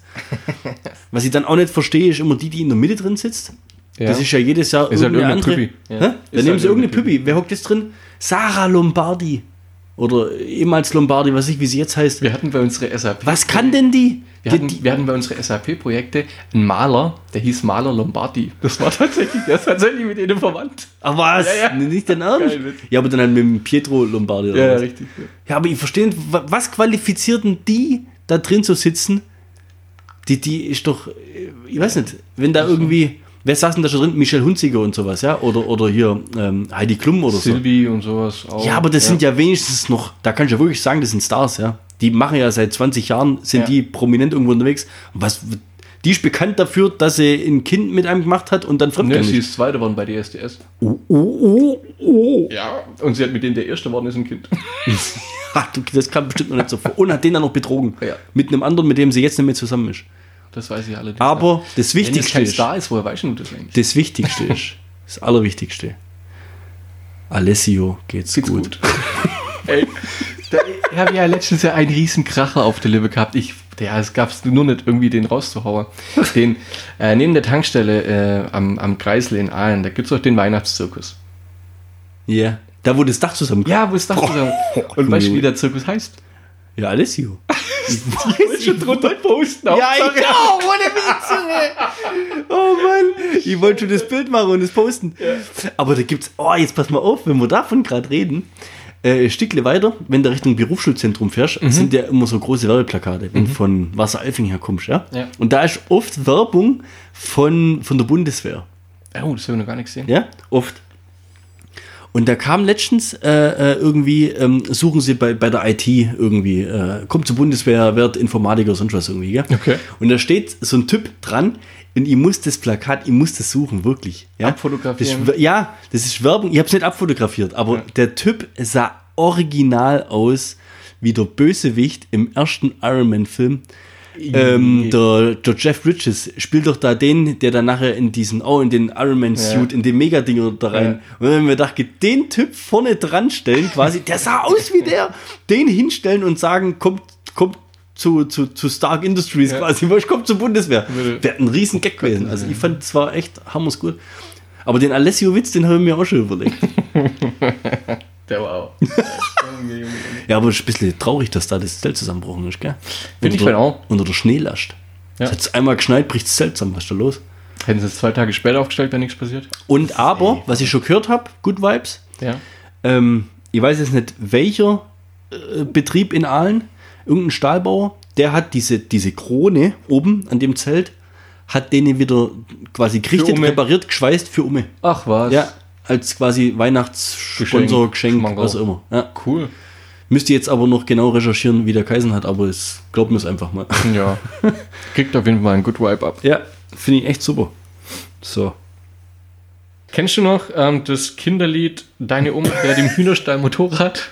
Speaker 1: Was ich dann auch nicht verstehe, ist immer die, die in der Mitte drin sitzt.
Speaker 2: Ja.
Speaker 1: Das ist ja jedes Jahr
Speaker 2: Ist halt
Speaker 1: irgendeine andere.
Speaker 2: irgendeine Püppi.
Speaker 1: Hä?
Speaker 2: Ja.
Speaker 1: Dann
Speaker 2: Ist
Speaker 1: nehmen
Speaker 2: halt
Speaker 1: sie irgendeine
Speaker 2: irgendeine
Speaker 1: Püppi. Wer hockt jetzt drin? Sarah Lombardi. Oder ehemals Lombardi, was ich, wie sie jetzt heißt.
Speaker 2: wir hatten bei unsere SAP.
Speaker 1: Was kann denn die?
Speaker 2: Wir
Speaker 1: Die-
Speaker 2: hatten,
Speaker 1: die
Speaker 2: wir hatten bei unseren SAP-Projekte einen Maler, der hieß Maler Lombardi. Das war tatsächlich, der ist tatsächlich mit ihnen verwandt.
Speaker 1: ah, was?
Speaker 2: Ja, ja.
Speaker 1: Nicht dein Ernst?
Speaker 2: Geil, Witz.
Speaker 1: Ja, aber dann halt mit dem Pietro Lombardi. oder was?
Speaker 2: richtig.
Speaker 1: Ja, aber ich verstehe, nicht, wa- was qualifiziert denn die, da drin zu sitzen? Die, die ist doch, äh, ich weiß nicht, wenn da irgendwie, wer saß denn da schon drin? Michel Hunziger und sowas, ja? Oder, oder hier ähm, Heidi Klum oder so.
Speaker 2: Silvi und sowas auch.
Speaker 1: Ja, aber das sind ja wenigstens noch, da kann ich ja wirklich sagen, das sind Stars, ja. Die machen ja seit 20 Jahren, sind
Speaker 2: Ja.
Speaker 1: die prominent irgendwo unterwegs. Was, die ist bekannt dafür, dass sie ein Kind mit einem gemacht hat und dann
Speaker 2: Ne, sie
Speaker 1: fremdgegangen ist.
Speaker 2: ist Zweite geworden bei DSDS.
Speaker 1: Oh, oh, oh, oh.
Speaker 2: Ja. Und sie hat mit denen der Erste geworden ist ein Kind.
Speaker 1: Ha, du, das kam bestimmt noch nicht so vor. Und hat den dann noch betrogen.
Speaker 2: Ja.
Speaker 1: Mit einem anderen, mit dem sie jetzt nicht mehr zusammen ist.
Speaker 2: Das weiß ich allerdings.
Speaker 1: Aber das
Speaker 2: wenn es
Speaker 1: Wichtigste
Speaker 2: kein
Speaker 1: ist,
Speaker 2: Star ist, woher weißt du das eigentlich?
Speaker 1: das Wichtigste ist, das Allerwichtigste. Alessio geht's, gut.
Speaker 2: Ey, da ich habe ja letztens ja einen riesen Kracher auf der Lippe gehabt. Ich, ja, es gab's nur nicht irgendwie den rauszuhauen. Den, äh, neben der Tankstelle äh, am, am Kreisel in Aalen, da gibt's doch den Weihnachtszirkus.
Speaker 1: Ja. Da wurde das Dach zusammen.
Speaker 2: Ja, wo ist das zusammen? Und weißt du, wie der Zirkus heißt?
Speaker 1: ja Alessio.
Speaker 2: Ich schon drunter posten. Ja,
Speaker 1: ich auch, ohne Witz, Junge. Oh Mann, ich wollte schon das Bild machen und es posten. Aber da gibt's, oh, jetzt pass mal auf, wenn wir davon gerade reden, äh, Stickle weiter, wenn du Richtung Berufsschulzentrum fährst,
Speaker 2: Mhm.
Speaker 1: sind ja immer so große Werbeplakate, wenn du von Wasser-Alfing herkommst, ja?
Speaker 2: Ja.
Speaker 1: Und da ist oft Werbung von, von der Bundeswehr.
Speaker 2: Oh, das habe ich noch gar nicht gesehen.
Speaker 1: Ja, oft. Und da kam letztens äh, äh, irgendwie, ähm, suchen sie bei, bei der IT irgendwie, äh, kommt zur Bundeswehr, wird Informatiker, sonst was irgendwie, gell?
Speaker 2: Okay.
Speaker 1: Und da steht so ein Typ dran und ich muss das Plakat, ich muss das suchen, wirklich. Ja?
Speaker 2: Abfotografieren.
Speaker 1: Das, ist- ja, das ist Werbung, ich habe es nicht abfotografiert, aber
Speaker 2: Ja.
Speaker 1: der Typ sah original aus wie der Bösewicht im ersten Iron Man-Film. Ähm, der, der Jeff Bridges spielt doch da den, der dann nachher in diesen, oh, in den Iron Man Suit,
Speaker 2: Ja.
Speaker 1: in den Megadinger da rein. Und dann haben wir gedacht, den Typ vorne dran stellen, quasi, der sah aus wie der, den hinstellen und sagen, kommt, kommt zu, zu, zu Stark Industries quasi, was kommt zur Bundeswehr.
Speaker 2: Würde-
Speaker 1: Wäre ein riesen Gag gewesen. Also ich fand es war echt hammers gut. Aber den Alessio Witz, den habe ich mir auch schon überlegt.
Speaker 2: Der war auch.
Speaker 1: Ja, aber es ist ein bisschen traurig, dass da das Zelt zusammenbrochen ist, gell?
Speaker 2: Find ich
Speaker 1: Unter-
Speaker 2: voll auch.
Speaker 1: Unter der Schneelast.
Speaker 2: Ja.
Speaker 1: Es hat einmal geschneit, bricht das Zelt zusammen. Was ist da los?
Speaker 2: Hätten sie es zwei Tage später aufgestellt, wäre nichts passiert.
Speaker 1: Und aber, was ich schon gehört habe, Good Vibes,
Speaker 2: Ja.
Speaker 1: ähm, ich weiß jetzt nicht, welcher äh, Betrieb in Aalen, irgendein Stahlbauer, der hat diese, diese Krone oben an dem Zelt, hat denen wieder quasi gerichtet,
Speaker 2: Umme.
Speaker 1: repariert, geschweißt für Umme.
Speaker 2: Ach was.
Speaker 1: Ja, als quasi Weihnachtssponsor,
Speaker 2: Geschenk,
Speaker 1: Geschenk,
Speaker 2: Schmankerl.
Speaker 1: was auch immer. Ja.
Speaker 2: Cool.
Speaker 1: Müsst ihr jetzt aber noch genau recherchieren, wie der Kaisen hat, aber es glaubt mir es einfach mal.
Speaker 2: Ja. Kriegt auf jeden Fall einen Good Vibe ab.
Speaker 1: Ja, finde ich echt super. So.
Speaker 2: Kennst du noch ähm, das Kinderlied Deine Oma fährt im Hühnerstall Motorrad?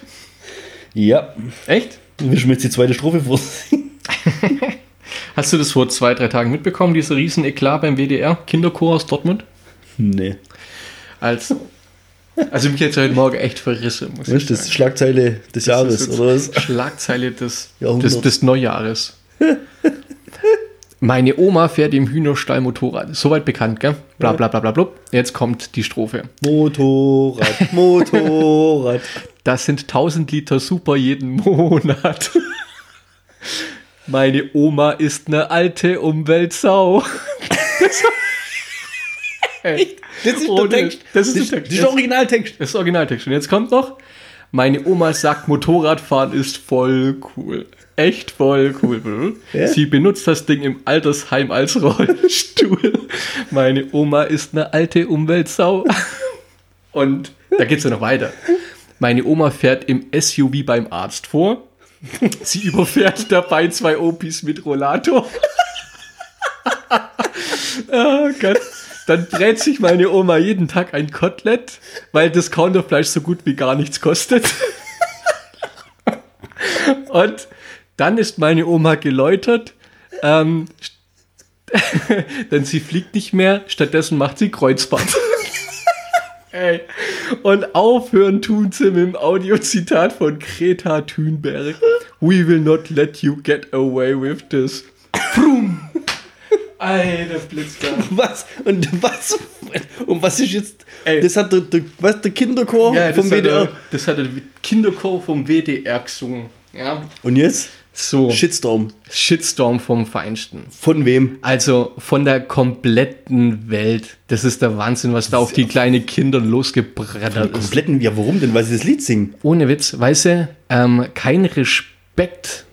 Speaker 1: Ja,
Speaker 2: Echt?
Speaker 1: wir schmissen jetzt die zweite Strophe vor.
Speaker 2: Hast du das vor zwei, drei Tagen mitbekommen, diese riesen Eklat beim WDR? Kinderchor aus Dortmund?
Speaker 1: nee.
Speaker 2: Als, also mich jetzt heute Morgen echt verrissen, muss ich
Speaker 1: Weißt du, das
Speaker 2: sagen.
Speaker 1: ist Schlagzeile des Jahres,
Speaker 2: jetzt
Speaker 1: oder was?
Speaker 2: Schlagzeile des,
Speaker 1: Jahrhundert.
Speaker 2: des, des Neujahres. Meine Oma fährt im Hühnerstall Motorrad. Soweit bekannt, gell? Bla bla bla bla blub. Jetzt kommt die Strophe.
Speaker 1: Motorrad, Motorrad.
Speaker 2: Das sind 1000 Liter Super jeden Monat. Meine Oma ist eine alte Umweltsau. Echt?
Speaker 1: Das ist
Speaker 2: Ohne-
Speaker 1: der Text.
Speaker 2: das ist der
Speaker 1: das,
Speaker 2: Text.
Speaker 1: das ist der Originaltext.
Speaker 2: Das ist Originaltext. Und jetzt kommt noch: Meine Oma sagt, Motorradfahren ist voll cool. Echt voll cool.
Speaker 1: Ja?
Speaker 2: Sie benutzt das Ding im Altersheim als Rollstuhl. Meine Oma ist eine alte Umweltsau. Und da geht's ja noch weiter. Meine Oma fährt im SUV beim Arzt vor. Sie überfährt dabei zwei Opis mit Rollator. Ah, Gott. Dann brät sich meine Oma jeden Tag ein Kotelett, weil das Counterfleisch so gut wie gar nichts kostet. Und dann ist meine Oma geläutert, ähm, Denn sie fliegt nicht mehr, stattdessen macht sie Kreuzfahrt. Ey. Und aufhören tun sie mit dem Audiozitat von Greta Thunberg. We will not let you get away with this. Vroom.
Speaker 1: Alter Blitzkarte. Was? Und was? Und was ist jetzt? Ey. Das hat der, der, was, der Kinderchor
Speaker 2: Ja,
Speaker 1: Oh, vom WDR.
Speaker 2: Hat, der- das hat der Kinderchor vom WDR gesungen. Ja.
Speaker 1: Und jetzt?
Speaker 2: So.
Speaker 1: Shitstorm.
Speaker 2: Shitstorm vom Feinsten.
Speaker 1: Von wem?
Speaker 2: Also von der kompletten Welt. Das ist der Wahnsinn, was da auf die kleinen Kinder losgebrettert ist.
Speaker 1: Kompletten, ja warum denn? Weil sie das Lied singen.
Speaker 2: ohne Witz, weißt du, ähm, keinen Respekt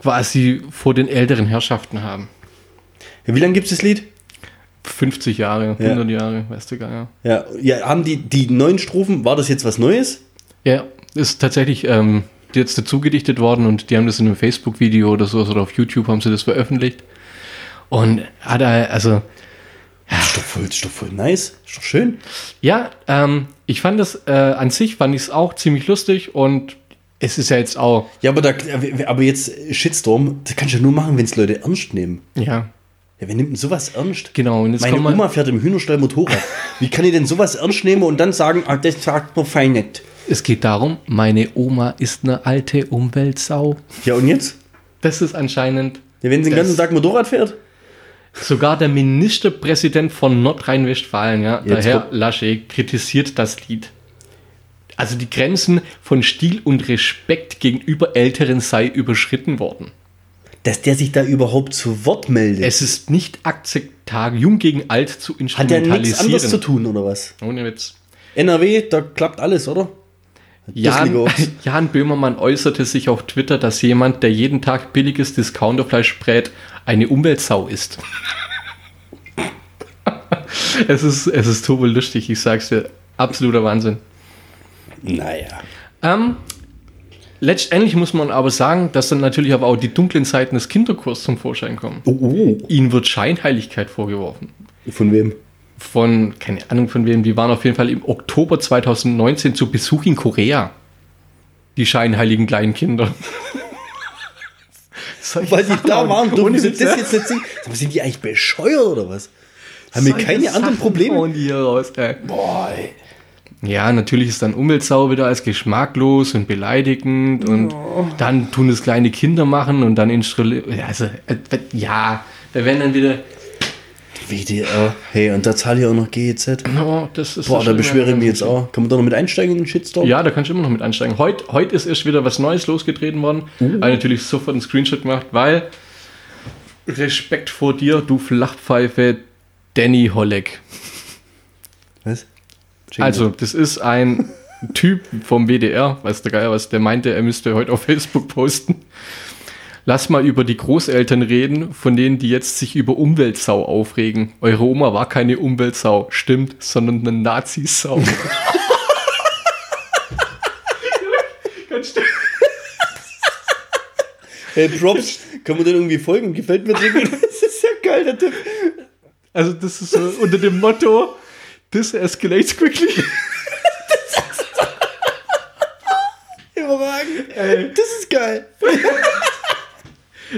Speaker 2: quasi vor den älteren Herrschaften haben.
Speaker 1: Ja, wie lange gibt es das Lied?
Speaker 2: 50 Jahre, 100 Jahre, weißt du gar nicht.
Speaker 1: Ja, ja, haben die die neuen Strophen, war das jetzt was Neues?
Speaker 2: Ja, ist tatsächlich ähm, jetzt dazu gedichtet worden und die haben das in einem Facebook-Video oder so oder auf YouTube haben sie das veröffentlicht. Und hat er, also,
Speaker 1: Ist doch voll, ist doch voll nice. Ist doch schön.
Speaker 2: ja, ähm, ich fand das äh, an sich, fand ich es auch ziemlich lustig und es ist ja jetzt auch,
Speaker 1: Ja, aber, da, aber jetzt Shitstorm, das kannst du ja nur machen, wenn es Leute ernst nehmen.
Speaker 2: ja,
Speaker 1: Ja, wer nimmt denn sowas ernst?
Speaker 2: Genau, und jetzt
Speaker 1: Meine
Speaker 2: kommt man-
Speaker 1: Oma fährt im Hühnerstall Motorrad. Wie kann ich denn sowas ernst nehmen und dann sagen, ah, das sagt man fein nicht?
Speaker 2: es geht darum, meine Oma ist eine alte Umweltsau.
Speaker 1: Ja, und jetzt?
Speaker 2: Das ist anscheinend
Speaker 1: Ja, wenn sie den
Speaker 2: Das-
Speaker 1: ganzen Tag Motorrad fährt?
Speaker 2: Sogar der Ministerpräsident von Nordrhein-Westfalen, ja, der
Speaker 1: Jetzt
Speaker 2: Herr
Speaker 1: kommt-
Speaker 2: Laschet, kritisiert das Lied. Also die Grenzen von Stil und Respekt gegenüber Älteren sei überschritten worden.
Speaker 1: Dass der sich da überhaupt zu Wort meldet.
Speaker 2: Es ist nicht akzeptabel, jung gegen alt zu
Speaker 1: Hat der
Speaker 2: instrumentalisieren.
Speaker 1: nichts anderes zu tun, oder was?
Speaker 2: Ohne Witz.
Speaker 1: NRW, da klappt alles, oder?
Speaker 2: Jan,
Speaker 1: Düsseldorf.
Speaker 2: Jan Böhmermann äußerte sich auf Twitter, dass jemand, der jeden Tag billiges Discounterfleisch brät, eine Umweltsau ist. es ist, es ist turbolustig, ich sag's dir. Absoluter Wahnsinn.
Speaker 1: Naja.
Speaker 2: Ähm, letztendlich muss man aber sagen, dass dann natürlich aber auch die dunklen Seiten des Kinderchors zum Vorschein kommen.
Speaker 1: Oh,
Speaker 2: Ihnen wird Scheinheiligkeit vorgeworfen.
Speaker 1: oh. Von wem?
Speaker 2: Von, keine Ahnung von wem, die waren auf jeden Fall im Oktober 2019 zu Besuch in Korea. Die scheinheiligen kleinen Kinder. Solche
Speaker 1: Weil die
Speaker 2: Sachen,
Speaker 1: da waren, dürfen
Speaker 2: ohne
Speaker 1: sie
Speaker 2: Witz,
Speaker 1: das
Speaker 2: ja.
Speaker 1: jetzt nicht singen. Sag mal, Sind die eigentlich bescheuert, oder was? Haben wir
Speaker 2: Solche
Speaker 1: keine anderen
Speaker 2: Sachen
Speaker 1: Probleme?
Speaker 2: hauen die hier raus, ey.
Speaker 1: Boah, ey.
Speaker 2: Ja, natürlich ist dann Umweltsau wieder als geschmacklos und beleidigend und dann tun es kleine Kinder machen und dann installieren. Ja, also, äh, ja, da werden dann wieder.
Speaker 1: WDR. Hey, und da zahle ich auch noch GEZ.
Speaker 2: Oh, das ist
Speaker 1: Boah,
Speaker 2: das
Speaker 1: da
Speaker 2: schon
Speaker 1: beschwere ich
Speaker 2: wieder-
Speaker 1: mich jetzt auch. Kann man da noch mit einsteigen in den Shitstorm?
Speaker 2: Ja, da kannst du immer noch mit einsteigen. Heute heut ist erst wieder was Neues losgetreten worden. Habe natürlich sofort einen Screenshot gemacht, weil Respekt vor dir, du Flachpfeife Danny Holleck.
Speaker 1: Was? Check
Speaker 2: Also, das ist ein Typ vom WDR, weiß der Geier was, der meinte, er müsste heute auf Facebook posten. Lass mal über die Großeltern reden, von denen die jetzt sich über Umweltsau aufregen. Eure Oma war keine Umweltsau, stimmt, sondern eine Nazisau.
Speaker 1: Hey, Props, können wir denn irgendwie folgen? Gefällt mir sehr gut. Das ist ja geil, der Tipp.
Speaker 2: Also, das ist so unter dem Motto, this escalates quickly.
Speaker 1: Überragend. Das ist geil.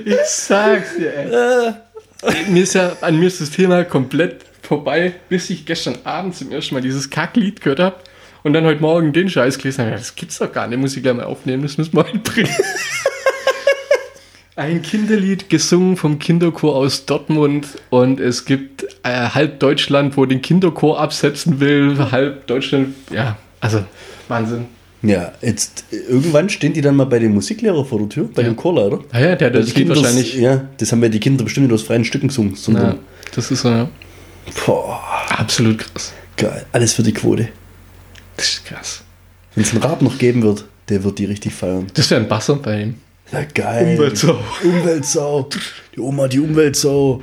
Speaker 2: Ich sag's dir, ey. Äh. Mir ist ja, an mir ist das Thema komplett vorbei, bis ich gestern Abend zum ersten Mal dieses Kacklied gehört hab und dann heute Morgen den Scheiß gelesen habe. Das gibt's doch gar nicht, muss ich gleich mal aufnehmen, das müssen wir einbringen. Ein Kinderlied gesungen vom Kinderchor aus Dortmund und es gibt äh, halb Deutschland, wo den Kinderchor absetzen will, halb Deutschland, ja, also Wahnsinn.
Speaker 1: Ja, jetzt äh, irgendwann stehen die dann mal bei dem Musiklehrer vor der Tür, bei
Speaker 2: Ja.
Speaker 1: dem Chorleiter.
Speaker 2: Ah ja, der hat
Speaker 1: Weil die
Speaker 2: das Lied
Speaker 1: Kinder-
Speaker 2: wahrscheinlich.
Speaker 1: Ja, das haben ja die Kinder bestimmt nicht aus freien Stücken gesungen,
Speaker 2: Ja,
Speaker 1: sondern.
Speaker 2: das ist äh,
Speaker 1: Boah,
Speaker 2: absolut krass.
Speaker 1: geil. Alles für die Quote.
Speaker 2: Das ist krass.
Speaker 1: Wenn es einen Rab noch geben wird, der wird die richtig feiern.
Speaker 2: Das wäre ein Basser bei ihm.
Speaker 1: Ja, geil.
Speaker 2: Umweltsau.
Speaker 1: Umweltsau. Die Oma, die Umweltsau.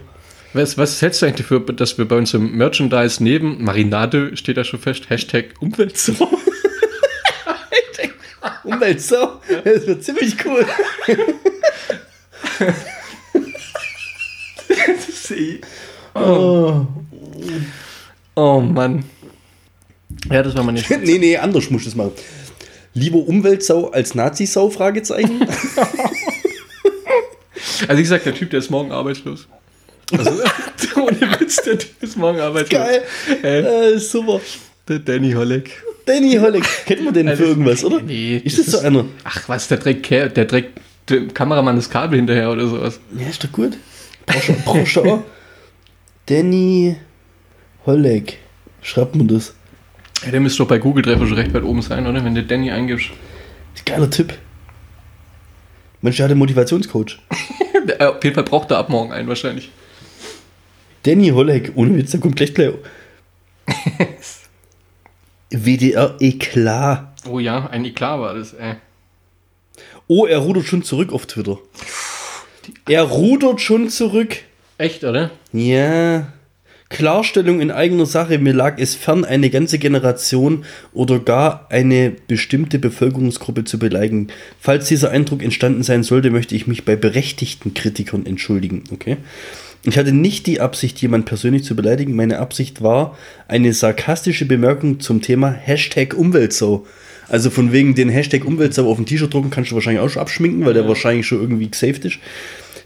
Speaker 2: Was, was hältst du eigentlich dafür, dass wir bei uns im Merchandise neben Marinade steht da schon fest, Hashtag Umweltsau?
Speaker 1: Umweltsau. Das wird ziemlich cool. Oh.
Speaker 2: oh Mann. Ja, das war meine
Speaker 1: nee, nee, anders muss ich das machen. Lieber Umweltsau als Nazisau? Fragezeichen.
Speaker 2: Also ich sag, der Typ, der ist morgen arbeitslos. Also, Ohne Witz, der Typ ist morgen arbeitslos.
Speaker 1: Geil.
Speaker 2: Ey,
Speaker 1: Äh, super.
Speaker 2: der Danny Holleck.
Speaker 1: Danny Holleck. Kennt man den
Speaker 2: Also,
Speaker 1: für irgendwas, oder?
Speaker 2: nee,
Speaker 1: Ist das
Speaker 2: das
Speaker 1: so
Speaker 2: ist-
Speaker 1: einer?
Speaker 2: Ach was, der trägt, Ker- der trägt dem Kameramann das Kabel hinterher oder sowas.
Speaker 1: Ja, ist doch gut. Brauchst du- Brauchst du auch. Danny Holleck. Schreibt man das.
Speaker 2: Ja, der müsste doch bei Google Treffer schon recht weit oben sein, oder? Wenn du Danny eingibst.
Speaker 1: Geiler Tipp. Mensch, der hat einen Motivationscoach.
Speaker 2: Äh, Auf jeden Fall braucht er ab morgen einen wahrscheinlich.
Speaker 1: Danny Holleck, ohne Witz, da kommt gleich gleich. WDR Eklat.
Speaker 2: Oh ja, ein Eklat war das, ey.
Speaker 1: Oh, er rudert schon zurück auf Twitter. Er rudert schon zurück.
Speaker 2: Echt, oder?
Speaker 1: Ja. Klarstellung in eigener Sache. Mir lag es fern, eine ganze Generation oder gar eine bestimmte Bevölkerungsgruppe zu beleidigen. Falls dieser Eindruck entstanden sein sollte, möchte ich mich bei berechtigten Kritikern entschuldigen. Okay. Ich hatte nicht die Absicht, jemand persönlich zu beleidigen. Meine Absicht war eine sarkastische Bemerkung zum Thema Hashtag Umweltsau. Also von wegen den Hashtag Umweltsau auf dem T-Shirt drucken kannst du wahrscheinlich auch schon abschminken, weil der wahrscheinlich schon irgendwie gesaved ist.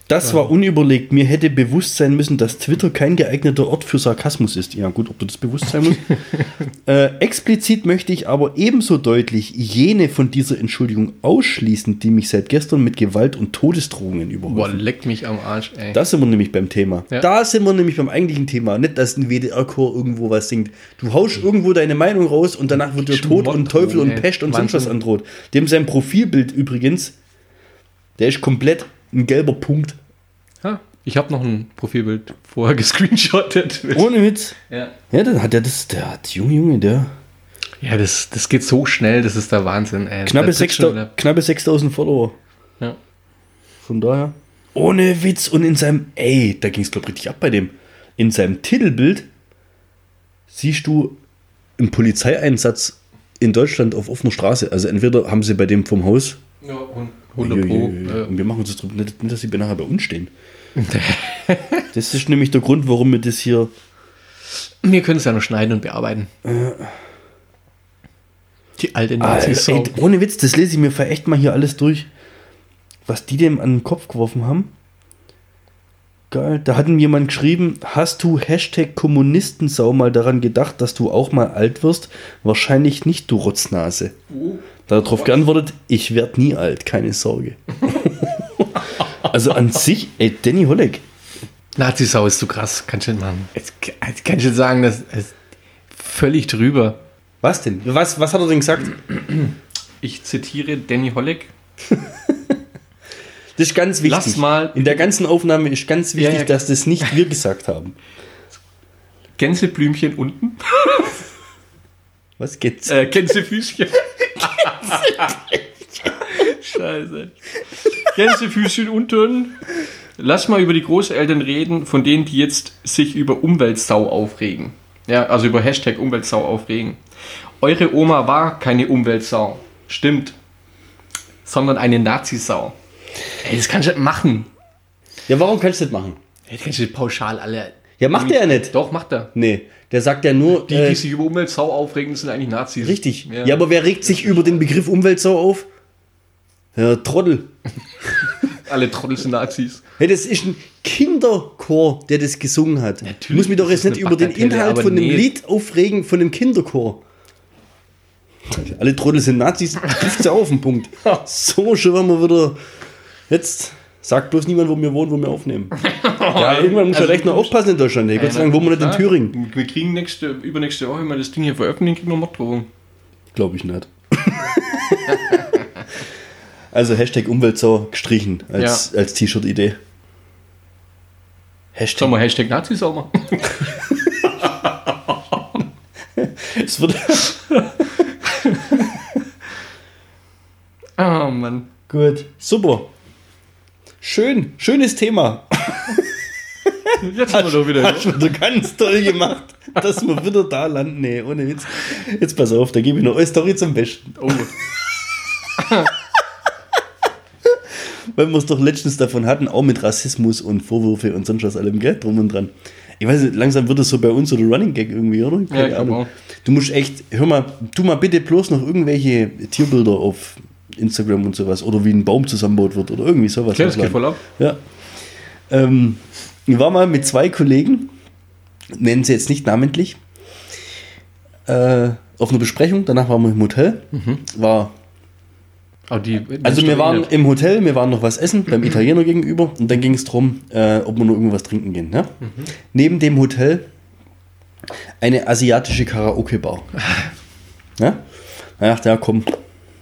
Speaker 1: Das war unüberlegt. Mir hätte bewusst sein müssen, dass Twitter kein geeigneter Ort für Sarkasmus ist. Ja, gut, ob du das bewusst sein musst. äh, explizit möchte ich aber ebenso deutlich jene von dieser Entschuldigung ausschließen, die mich seit gestern mit Gewalt und Todesdrohungen
Speaker 2: Boah,
Speaker 1: überhäufen.
Speaker 2: leck mich am Arsch, ey.
Speaker 1: Da sind wir nämlich beim Thema.
Speaker 2: Ja.
Speaker 1: Da sind wir nämlich beim eigentlichen Thema. Nicht, dass ein WDR-Chor irgendwo was singt. Du haust irgendwo deine Meinung raus und danach wird dir Tod und Teufel und
Speaker 2: Ey,
Speaker 1: Pest und sonst was
Speaker 2: Wahnsinn.
Speaker 1: androht. Dem sein Profilbild übrigens, der ist komplett ein gelber Punkt.
Speaker 2: Ha, ich habe noch ein Profilbild vorher gescreenshottet.
Speaker 1: Ohne Witz.
Speaker 2: Ja,
Speaker 1: Ja, dann hat er das, der hat, Junge, Junge, der.
Speaker 2: ja das, das geht so schnell, das ist der Wahnsinn, ey.
Speaker 1: Knappe,
Speaker 2: Da sitzt schon
Speaker 1: 6.000
Speaker 2: wieder-
Speaker 1: knappe 6000 Follower.
Speaker 2: Ja.
Speaker 1: Von daher. Ohne Witz und in seinem, ey, da ging es glaube richtig ab bei dem. In seinem Titelbild siehst du einen Polizeieinsatz in Deutschland auf offener Straße. Also entweder haben sie bei dem vom Haus.
Speaker 2: Ja, hun- 100 Pro.
Speaker 1: Uiuiui.
Speaker 2: äh,
Speaker 1: Und wir machen uns das drüber, nicht, nicht, dass sie nachher bei uns stehen. das ist nämlich der Grund, warum wir das hier.
Speaker 2: Wir können es ja noch schneiden und bearbeiten. Die alte
Speaker 1: Äh. Alter,
Speaker 2: Nazi-Sau.
Speaker 1: ey, ohne Witz, das lese ich mir vielleicht echt mal hier alles durch, was die dem an den Kopf geworfen haben. Geil, da hat ihm jemand geschrieben, hast du Hashtag Kommunistensau mal daran gedacht, dass du auch mal alt wirst? Wahrscheinlich nicht, du Rotznase. Da hat er drauf geantwortet, ich werd nie alt, keine Sorge. also an sich, ey, Danny Holleck,
Speaker 2: Nazi-Sau ist so krass, kannst du nicht machen. Jetzt, jetzt kannst du nicht sagen, das ist völlig drüber.
Speaker 1: was denn? Was, was hat er denn gesagt?
Speaker 2: Ich zitiere Danny Holleck.
Speaker 1: Das ist ganz wichtig.
Speaker 2: Lass mal-
Speaker 1: In der ganzen Aufnahme ist ganz wichtig,
Speaker 2: Ja, ja.
Speaker 1: dass das nicht wir gesagt haben.
Speaker 2: Gänseblümchen unten.
Speaker 1: Was geht's?
Speaker 2: Äh, Gänsefüßchen. Scheiße. Gänsefüßchen unten. Lass mal über die Großeltern reden, von denen die jetzt sich über Umweltsau aufregen. Ja, also über Hashtag Umweltsau aufregen. Eure Oma war keine Umweltsau. Stimmt. Sondern eine Nazisau. Ey, das kannst du nicht machen.
Speaker 1: Ja, warum kannst du das machen?
Speaker 2: Ey, das kannst du nicht pauschal alle.
Speaker 1: Ja, macht er ja nicht.
Speaker 2: Doch, macht er.
Speaker 1: Nee, der sagt ja nur.
Speaker 2: Die,
Speaker 1: äh,
Speaker 2: die sich über Umweltsau aufregen, sind eigentlich Nazis.
Speaker 1: richtig. Ja. aber wer regt sich über den Begriff Umweltsau auf? Ja, Trottel.
Speaker 2: alle Trottel sind Nazis.
Speaker 1: Hey, das ist ein Kinderchor, der das gesungen hat.
Speaker 2: Natürlich
Speaker 1: Ich muss mich doch jetzt
Speaker 2: ist es
Speaker 1: nicht
Speaker 2: eine
Speaker 1: über den
Speaker 2: Bagatelle,
Speaker 1: Inhalt
Speaker 2: aber
Speaker 1: von dem
Speaker 2: nee.
Speaker 1: Lied aufregen, von dem Kinderchor. Alle Trottel sind Nazis, trifft ja auf den Punkt. So, schon wenn wir wieder. Jetzt sagt bloß niemand, wo wir wohnen, wo wir aufnehmen. Ja, irgendwann muss man
Speaker 2: Also-
Speaker 1: echt noch aufpassen in Deutschland. Hey, Gott sei Dank wohnen wir nicht in
Speaker 2: Ja,
Speaker 1: Thüringen.
Speaker 2: Wir kriegen nächste, übernächste Woche mal das Ding hier veröffentlicht, kriegen wir Morddrohung.
Speaker 1: Glaube ich nicht. also Hashtag Umweltsau gestrichen als, als T-Shirt-Idee.
Speaker 2: Sollen
Speaker 1: Hashtag.
Speaker 2: wir Hashtag Nazis auch machen?
Speaker 1: Es wird
Speaker 2: Ah, Mann.
Speaker 1: Gut. Super. Schön. Schönes Thema.
Speaker 2: Jetzt sind wir doch wieder.
Speaker 1: Hast du wieder ganz toll gemacht, dass wir wieder da landen. Nee, ohne Witz. Jetzt pass auf, da gebe ich noch eine Story zum Besten.
Speaker 2: Oh.
Speaker 1: Weil wir es doch letztens davon hatten, auch mit Rassismus und Vorwürfe und sonst was allem, gell? Drum und dran. Ich weiß nicht, langsam wird es so bei uns so der Running Gag irgendwie, oder?
Speaker 2: Ja, ich glaub auch.
Speaker 1: Du musst echt, hör mal, tu mal bitte bloß noch irgendwelche Tierbilder auf Instagram und sowas. Oder wie ein Baum zusammenbaut wird oder irgendwie sowas.
Speaker 2: Klar, das geht
Speaker 1: hochladen.
Speaker 2: voll ab.
Speaker 1: Ja. Ähm, ich war mal mit zwei Kollegen nennen sie jetzt nicht namentlich, äh, auf eine Besprechung. Danach waren wir im Hotel.
Speaker 2: Mhm.
Speaker 1: War,
Speaker 2: Aber die,
Speaker 1: also wir waren
Speaker 2: Steuern-
Speaker 1: im Hotel, wir waren noch was essen beim Italiener gegenüber und dann ging es darum, äh, ob wir noch irgendwas trinken gehen. Ne? Neben dem Hotel eine asiatische Karaoke-Bar. ne? Da dachte ich, ja komm,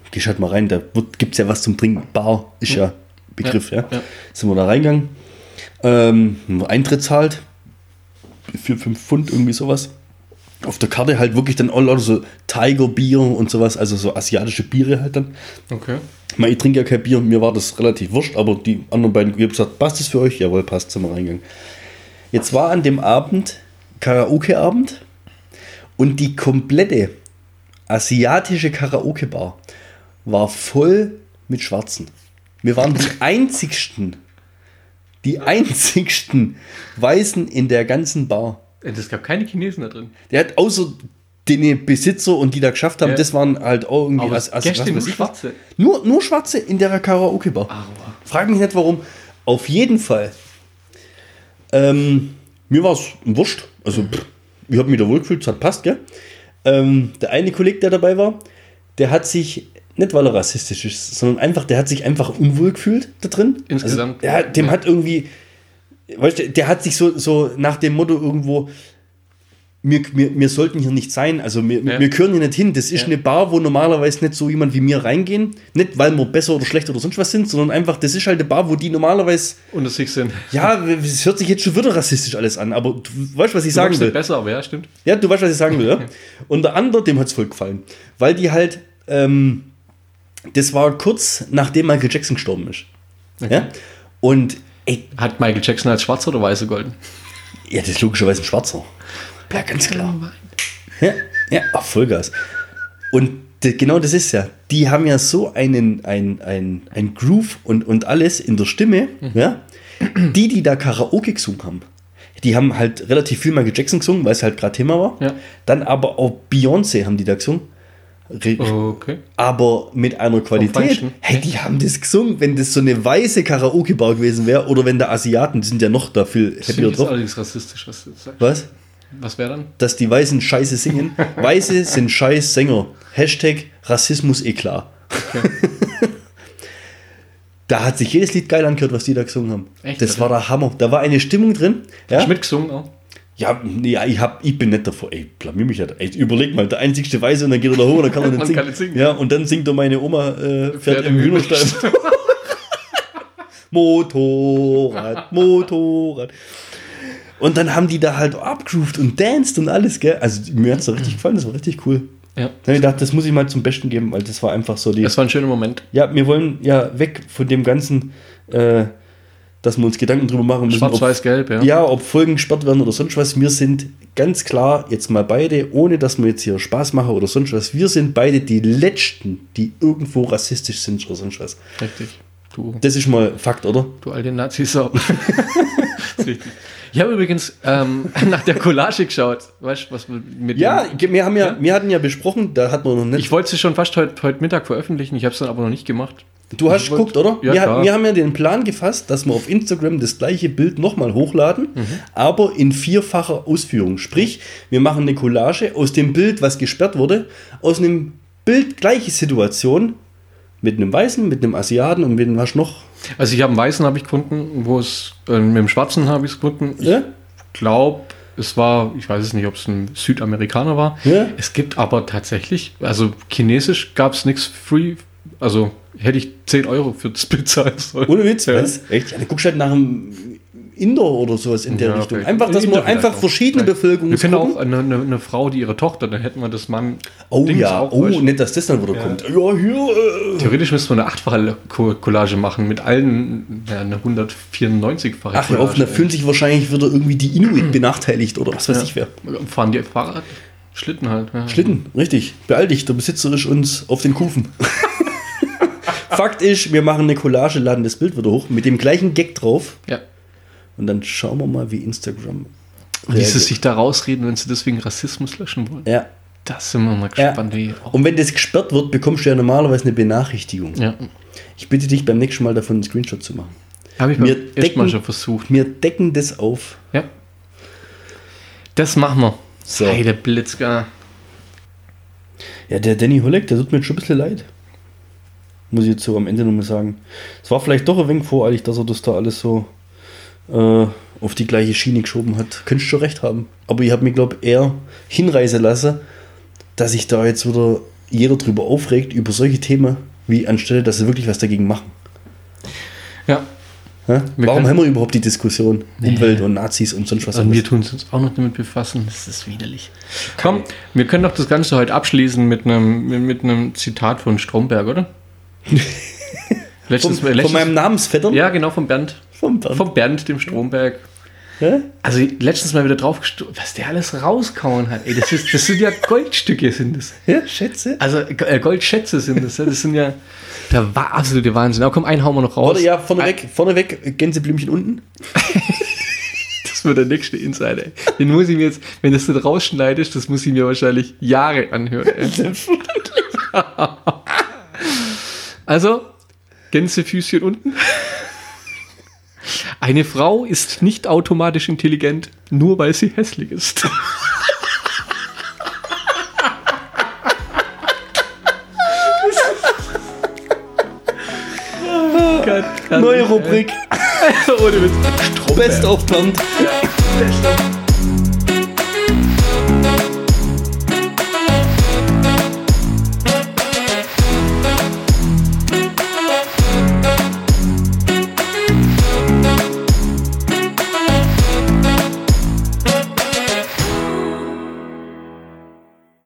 Speaker 1: geh halt mal rein, da gibt es ja was zum Trinken. Bar ist ja Begriff. Ja,
Speaker 2: Ja, ja.
Speaker 1: Sind wir da reingegangen, ähm, Eintritt zahlt, 4, 5 Pfund, irgendwie sowas. Auf der Karte halt wirklich dann all lauter so Tiger-Bier und sowas, also so asiatische Biere halt dann.
Speaker 2: Okay.
Speaker 1: Ich meine, ich trinke ja kein Bier, mir war das relativ wurscht, aber die anderen beiden, ich hab gesagt, passt es für euch? Jawohl, passt, sind wir reingegangen. Jetzt war an dem Abend Karaoke-Abend und die komplette asiatische Karaoke-Bar war voll mit Schwarzen. Wir waren die einzigsten, die einzigsten Weißen in der ganzen Bar.
Speaker 2: Es gab keine Chinesen da drin.
Speaker 1: Der hat außer den Besitzer und die da geschafft haben,
Speaker 2: Ja.
Speaker 1: das waren halt auch irgendwie
Speaker 2: Aber
Speaker 1: As- As- was weiß
Speaker 2: Gäste, nur
Speaker 1: ich was.
Speaker 2: Schwarze.
Speaker 1: Nur, nur Schwarze in der Karaoke-Bar. Frag mich nicht warum. Auf jeden Fall. Ähm, mir war es wurscht. Also,
Speaker 2: Mhm.
Speaker 1: pff, ich habe mich da wohl gefühlt, es hat passt, gell? Ähm, der eine Kollege, der dabei war, der hat sich, nicht weil er rassistisch ist, sondern einfach, der hat sich einfach unwohl gefühlt da drin.
Speaker 2: Insgesamt.
Speaker 1: Also, der, hat- dem
Speaker 2: Ja.
Speaker 1: hat irgendwie, weißt du, der hat sich so, so nach dem Motto irgendwo, wir, wir, wir sollten hier nicht sein, also wir,
Speaker 2: Ja.
Speaker 1: wir gehören hier nicht hin. Das ist
Speaker 2: Ja.
Speaker 1: eine Bar, wo normalerweise nicht so jemand wie mir reingehen. Nicht, weil wir besser oder schlechter oder sonst was sind, sondern einfach, das ist halt eine Bar, wo die normalerweise,
Speaker 2: Und das sind.
Speaker 1: ja, es hört sich jetzt schon wieder rassistisch alles an, aber du weißt, was ich
Speaker 2: Sagen
Speaker 1: sagen
Speaker 2: sie
Speaker 1: will.
Speaker 2: besser, aber ja, stimmt.
Speaker 1: Ja, du weißt, was ich sagen will, ja? Und der andere, dem hat es voll gefallen. Weil die halt, ähm, das war kurz nachdem Michael Jackson gestorben ist. Ja? Und, ey,
Speaker 2: Hat Michael Jackson als schwarz oder weiß golden?
Speaker 1: ja, das ist logischerweise ein Schwarzer. Ja, ganz klar. Ja, ja ach, Vollgas. Und d- genau das ist ja. Die haben ja so einen, ein, ein, ein Groove und, und alles in der Stimme. Ja? Die, die da Karaoke gesungen haben, die haben halt relativ viel Michael Jackson gesungen, weil es halt gerade Thema war.
Speaker 2: Ja.
Speaker 1: Dann aber auch Beyoncé haben die da gesungen. Re
Speaker 2: Oh. Okay.
Speaker 1: aber mit einer Qualität.
Speaker 2: Feinsten.
Speaker 1: Hey, die haben das gesungen, wenn das so eine weiße Karaoke-Bar gewesen wäre oder wenn da Asiaten die sind ja noch da viel
Speaker 2: Das finde
Speaker 1: happier
Speaker 2: ich jetzt
Speaker 1: drauf.
Speaker 2: allerdings rassistisch, was du jetzt sagst.
Speaker 1: Was?
Speaker 2: Was wäre dann?
Speaker 1: dass die Weißen scheiße singen. Weiße sind scheiß Sänger. Hashtag Rassismus eh eklar. da hat sich jedes Lied geil angehört, was die da gesungen haben.
Speaker 2: Echt,
Speaker 1: das
Speaker 2: oder?
Speaker 1: war der Hammer. Da war eine Stimmung drin. Ja,
Speaker 2: Hast du mitgesungen auch?
Speaker 1: ja, nee, ja ich, hab, ich bin nicht davor. Ey, blamier mich ja. da. Ey, überleg mal, der einzigste Weiße und dann geht er da hoch und dann kann er nicht
Speaker 2: Man
Speaker 1: singen.
Speaker 2: kann nicht singen.
Speaker 1: Ja, und dann singt doch meine Oma, äh, fährt,
Speaker 2: Pferd
Speaker 1: im
Speaker 2: im
Speaker 1: Hühnerstall. Motorrad, Motorrad. Und dann haben die da halt abgrooved und danced und alles, gell? Also mir hat es da richtig gefallen, das war richtig cool.
Speaker 2: Ja.
Speaker 1: Dann hab ich gedacht, das muss ich mal zum Besten geben, weil das war einfach so die.
Speaker 2: Das war ein schöner Moment.
Speaker 1: Ja, wir wollen ja weg von dem Ganzen, äh, dass wir uns Gedanken drüber machen müssen. ob-
Speaker 2: Schwarz-Weiß-Gelb, ja.
Speaker 1: ja, ob Folgen gesperrt werden oder sonst was. Wir sind ganz klar jetzt mal beide, ohne dass wir jetzt hier Spaß machen oder sonst was. Wir sind beide die Letzten, die irgendwo rassistisch sind oder sonst was.
Speaker 2: Richtig. Du,
Speaker 1: Das ist mal Fakt, oder?
Speaker 2: du alte Nazi-Sau. Ist richtig. Ich habe übrigens ähm, nach der Collage geschaut. Weißt du, was mit mit
Speaker 1: Ja,
Speaker 2: dem-
Speaker 1: wir, haben ja, wir hatten ja besprochen, da hatten wir noch nicht.
Speaker 2: Ich wollte sie schon fast heute, heute Mittag veröffentlichen, ich habe es dann aber noch nicht gemacht.
Speaker 1: du hast geguckt, oder?
Speaker 2: Ja,
Speaker 1: wir,
Speaker 2: klar.
Speaker 1: wir haben ja den Plan gefasst, dass wir auf Instagram das gleiche Bild nochmal hochladen,
Speaker 2: Mhm.
Speaker 1: aber in vierfacher Ausführung. Sprich, wir machen eine Collage aus dem Bild, was gesperrt wurde, aus einem Bild gleiche Situation mit einem Weißen, mit einem Asiaten und mit einem was noch.
Speaker 2: Also ich habe einen weißen habe ich gefunden, wo es äh, mit dem schwarzen habe ich es gefunden. Ich
Speaker 1: Ja?
Speaker 2: glaube, es war, ich weiß es nicht, ob es ein Südamerikaner war.
Speaker 1: Ja.
Speaker 2: Es gibt aber tatsächlich, also chinesisch gab es nichts free, also hätte ich 10 Euro für das bezahlen sollen.
Speaker 1: Ohne Witz,
Speaker 2: Ja.
Speaker 1: was? Echt? Ja, dann guckst halt nach einem Inder oder sowas in der
Speaker 2: Ja,
Speaker 1: Richtung.
Speaker 2: vielleicht.
Speaker 1: Einfach, dass
Speaker 2: Inder
Speaker 1: man
Speaker 2: vielleicht
Speaker 1: einfach
Speaker 2: auch.
Speaker 1: verschiedene
Speaker 2: Vielleicht.
Speaker 1: Bevölkerungen
Speaker 2: Wir können auch eine, eine, eine Frau, die ihre Tochter, dann hätten wir das Mann.
Speaker 1: Oh
Speaker 2: Dings
Speaker 1: ja,
Speaker 2: auch,
Speaker 1: oh,
Speaker 2: weißt du?
Speaker 1: nicht, dass das dann wieder kommt. Ja, hier. Äh.
Speaker 2: Theoretisch müssten wir eine achtfache Co- Collage machen mit allen, ja, eine 194-fache
Speaker 1: Ach, hör auf, da fühlen sich wahrscheinlich wieder irgendwie die
Speaker 2: Hm.
Speaker 1: Inuit benachteiligt oder was weiß ich wer.
Speaker 2: Fahren die Fahrrad? Schlitten halt. Ja.
Speaker 1: Schlitten, richtig. Beeil dich, der Besitzer ist uns auf den Kufen. Fakt ist, wir machen eine Collage, laden das Bild wieder hoch mit dem gleichen Gag drauf
Speaker 2: Ja.
Speaker 1: und dann schauen wir mal, wie Instagram
Speaker 2: Ließ
Speaker 1: reagiert.
Speaker 2: es sich da rausreden, wenn sie deswegen Rassismus löschen wollen?
Speaker 1: Ja.
Speaker 2: Das sind wir mal
Speaker 1: ja.
Speaker 2: gespannt. wie- oh.
Speaker 1: Und wenn das gesperrt wird, bekommst du ja normalerweise eine Benachrichtigung.
Speaker 2: Ja.
Speaker 1: Ich bitte dich beim nächsten Mal davon einen Screenshot zu machen.
Speaker 2: Habe ich
Speaker 1: Wir
Speaker 2: beim ersten Mal
Speaker 1: decken-
Speaker 2: schon versucht.
Speaker 1: Wir decken das auf.
Speaker 2: Ja. Das machen wir.
Speaker 1: So.
Speaker 2: Hey, der Blitzgar.
Speaker 1: Ja, der Danny Holleck, der tut mir jetzt schon ein bisschen leid. Muss ich jetzt so am Ende nochmal sagen. Es war vielleicht doch ein wenig voreilig, dass er das da alles so äh, auf die gleiche Schiene geschoben hat. Könntest schon recht haben. Aber ich habe mir, glaube eher hinreißen lassen, dass sich da jetzt wieder jeder drüber aufregt, über solche Themen, wie anstelle, dass sie wirklich was dagegen machen.
Speaker 2: Ja.
Speaker 1: Hä?
Speaker 2: Wir
Speaker 1: Warum
Speaker 2: können-
Speaker 1: haben wir überhaupt die Diskussion? Umwelt und Nazis und sonst was.
Speaker 2: Und Also wir
Speaker 1: anderes?
Speaker 2: tun uns auch noch damit befassen. Das ist widerlich. Komm, wir können doch das Ganze heute abschließen mit einem, mit- mit einem Zitat von Stromberg, oder?
Speaker 1: Von,
Speaker 2: letztens,
Speaker 1: von
Speaker 2: letztens,
Speaker 1: meinem Namensvetter?
Speaker 2: Ja, genau, von Bernd.
Speaker 1: Vom Bernd.
Speaker 2: Von Bernd, dem Stromberg.
Speaker 1: Hä?
Speaker 2: Also letztens mal wieder drauf gesto- was der alles rauskauen hat. Ey, das, ist, das sind ja Goldstücke, sind das.
Speaker 1: Ja, Schätze?
Speaker 2: Also äh, Goldschätze sind das. ja. Das sind ja der war absolute Wahnsinn. Aber komm, einen hauen wir noch raus.
Speaker 1: Warte, ja, vorne weg, vorne weg, Gänseblümchen unten.
Speaker 2: Das wird der nächste Insider. ey. Den muss ich mir jetzt, wenn das nicht rausschneidest, das muss ich mir wahrscheinlich Jahre anhören. ey. also, Gänsefüßchen unten. Eine Frau ist nicht automatisch intelligent, nur weil sie hässlich ist. Gott, Oh,
Speaker 1: Neue Rubrik.
Speaker 2: Ohne Witz.
Speaker 1: Best of Blond.
Speaker 2: Stromberg.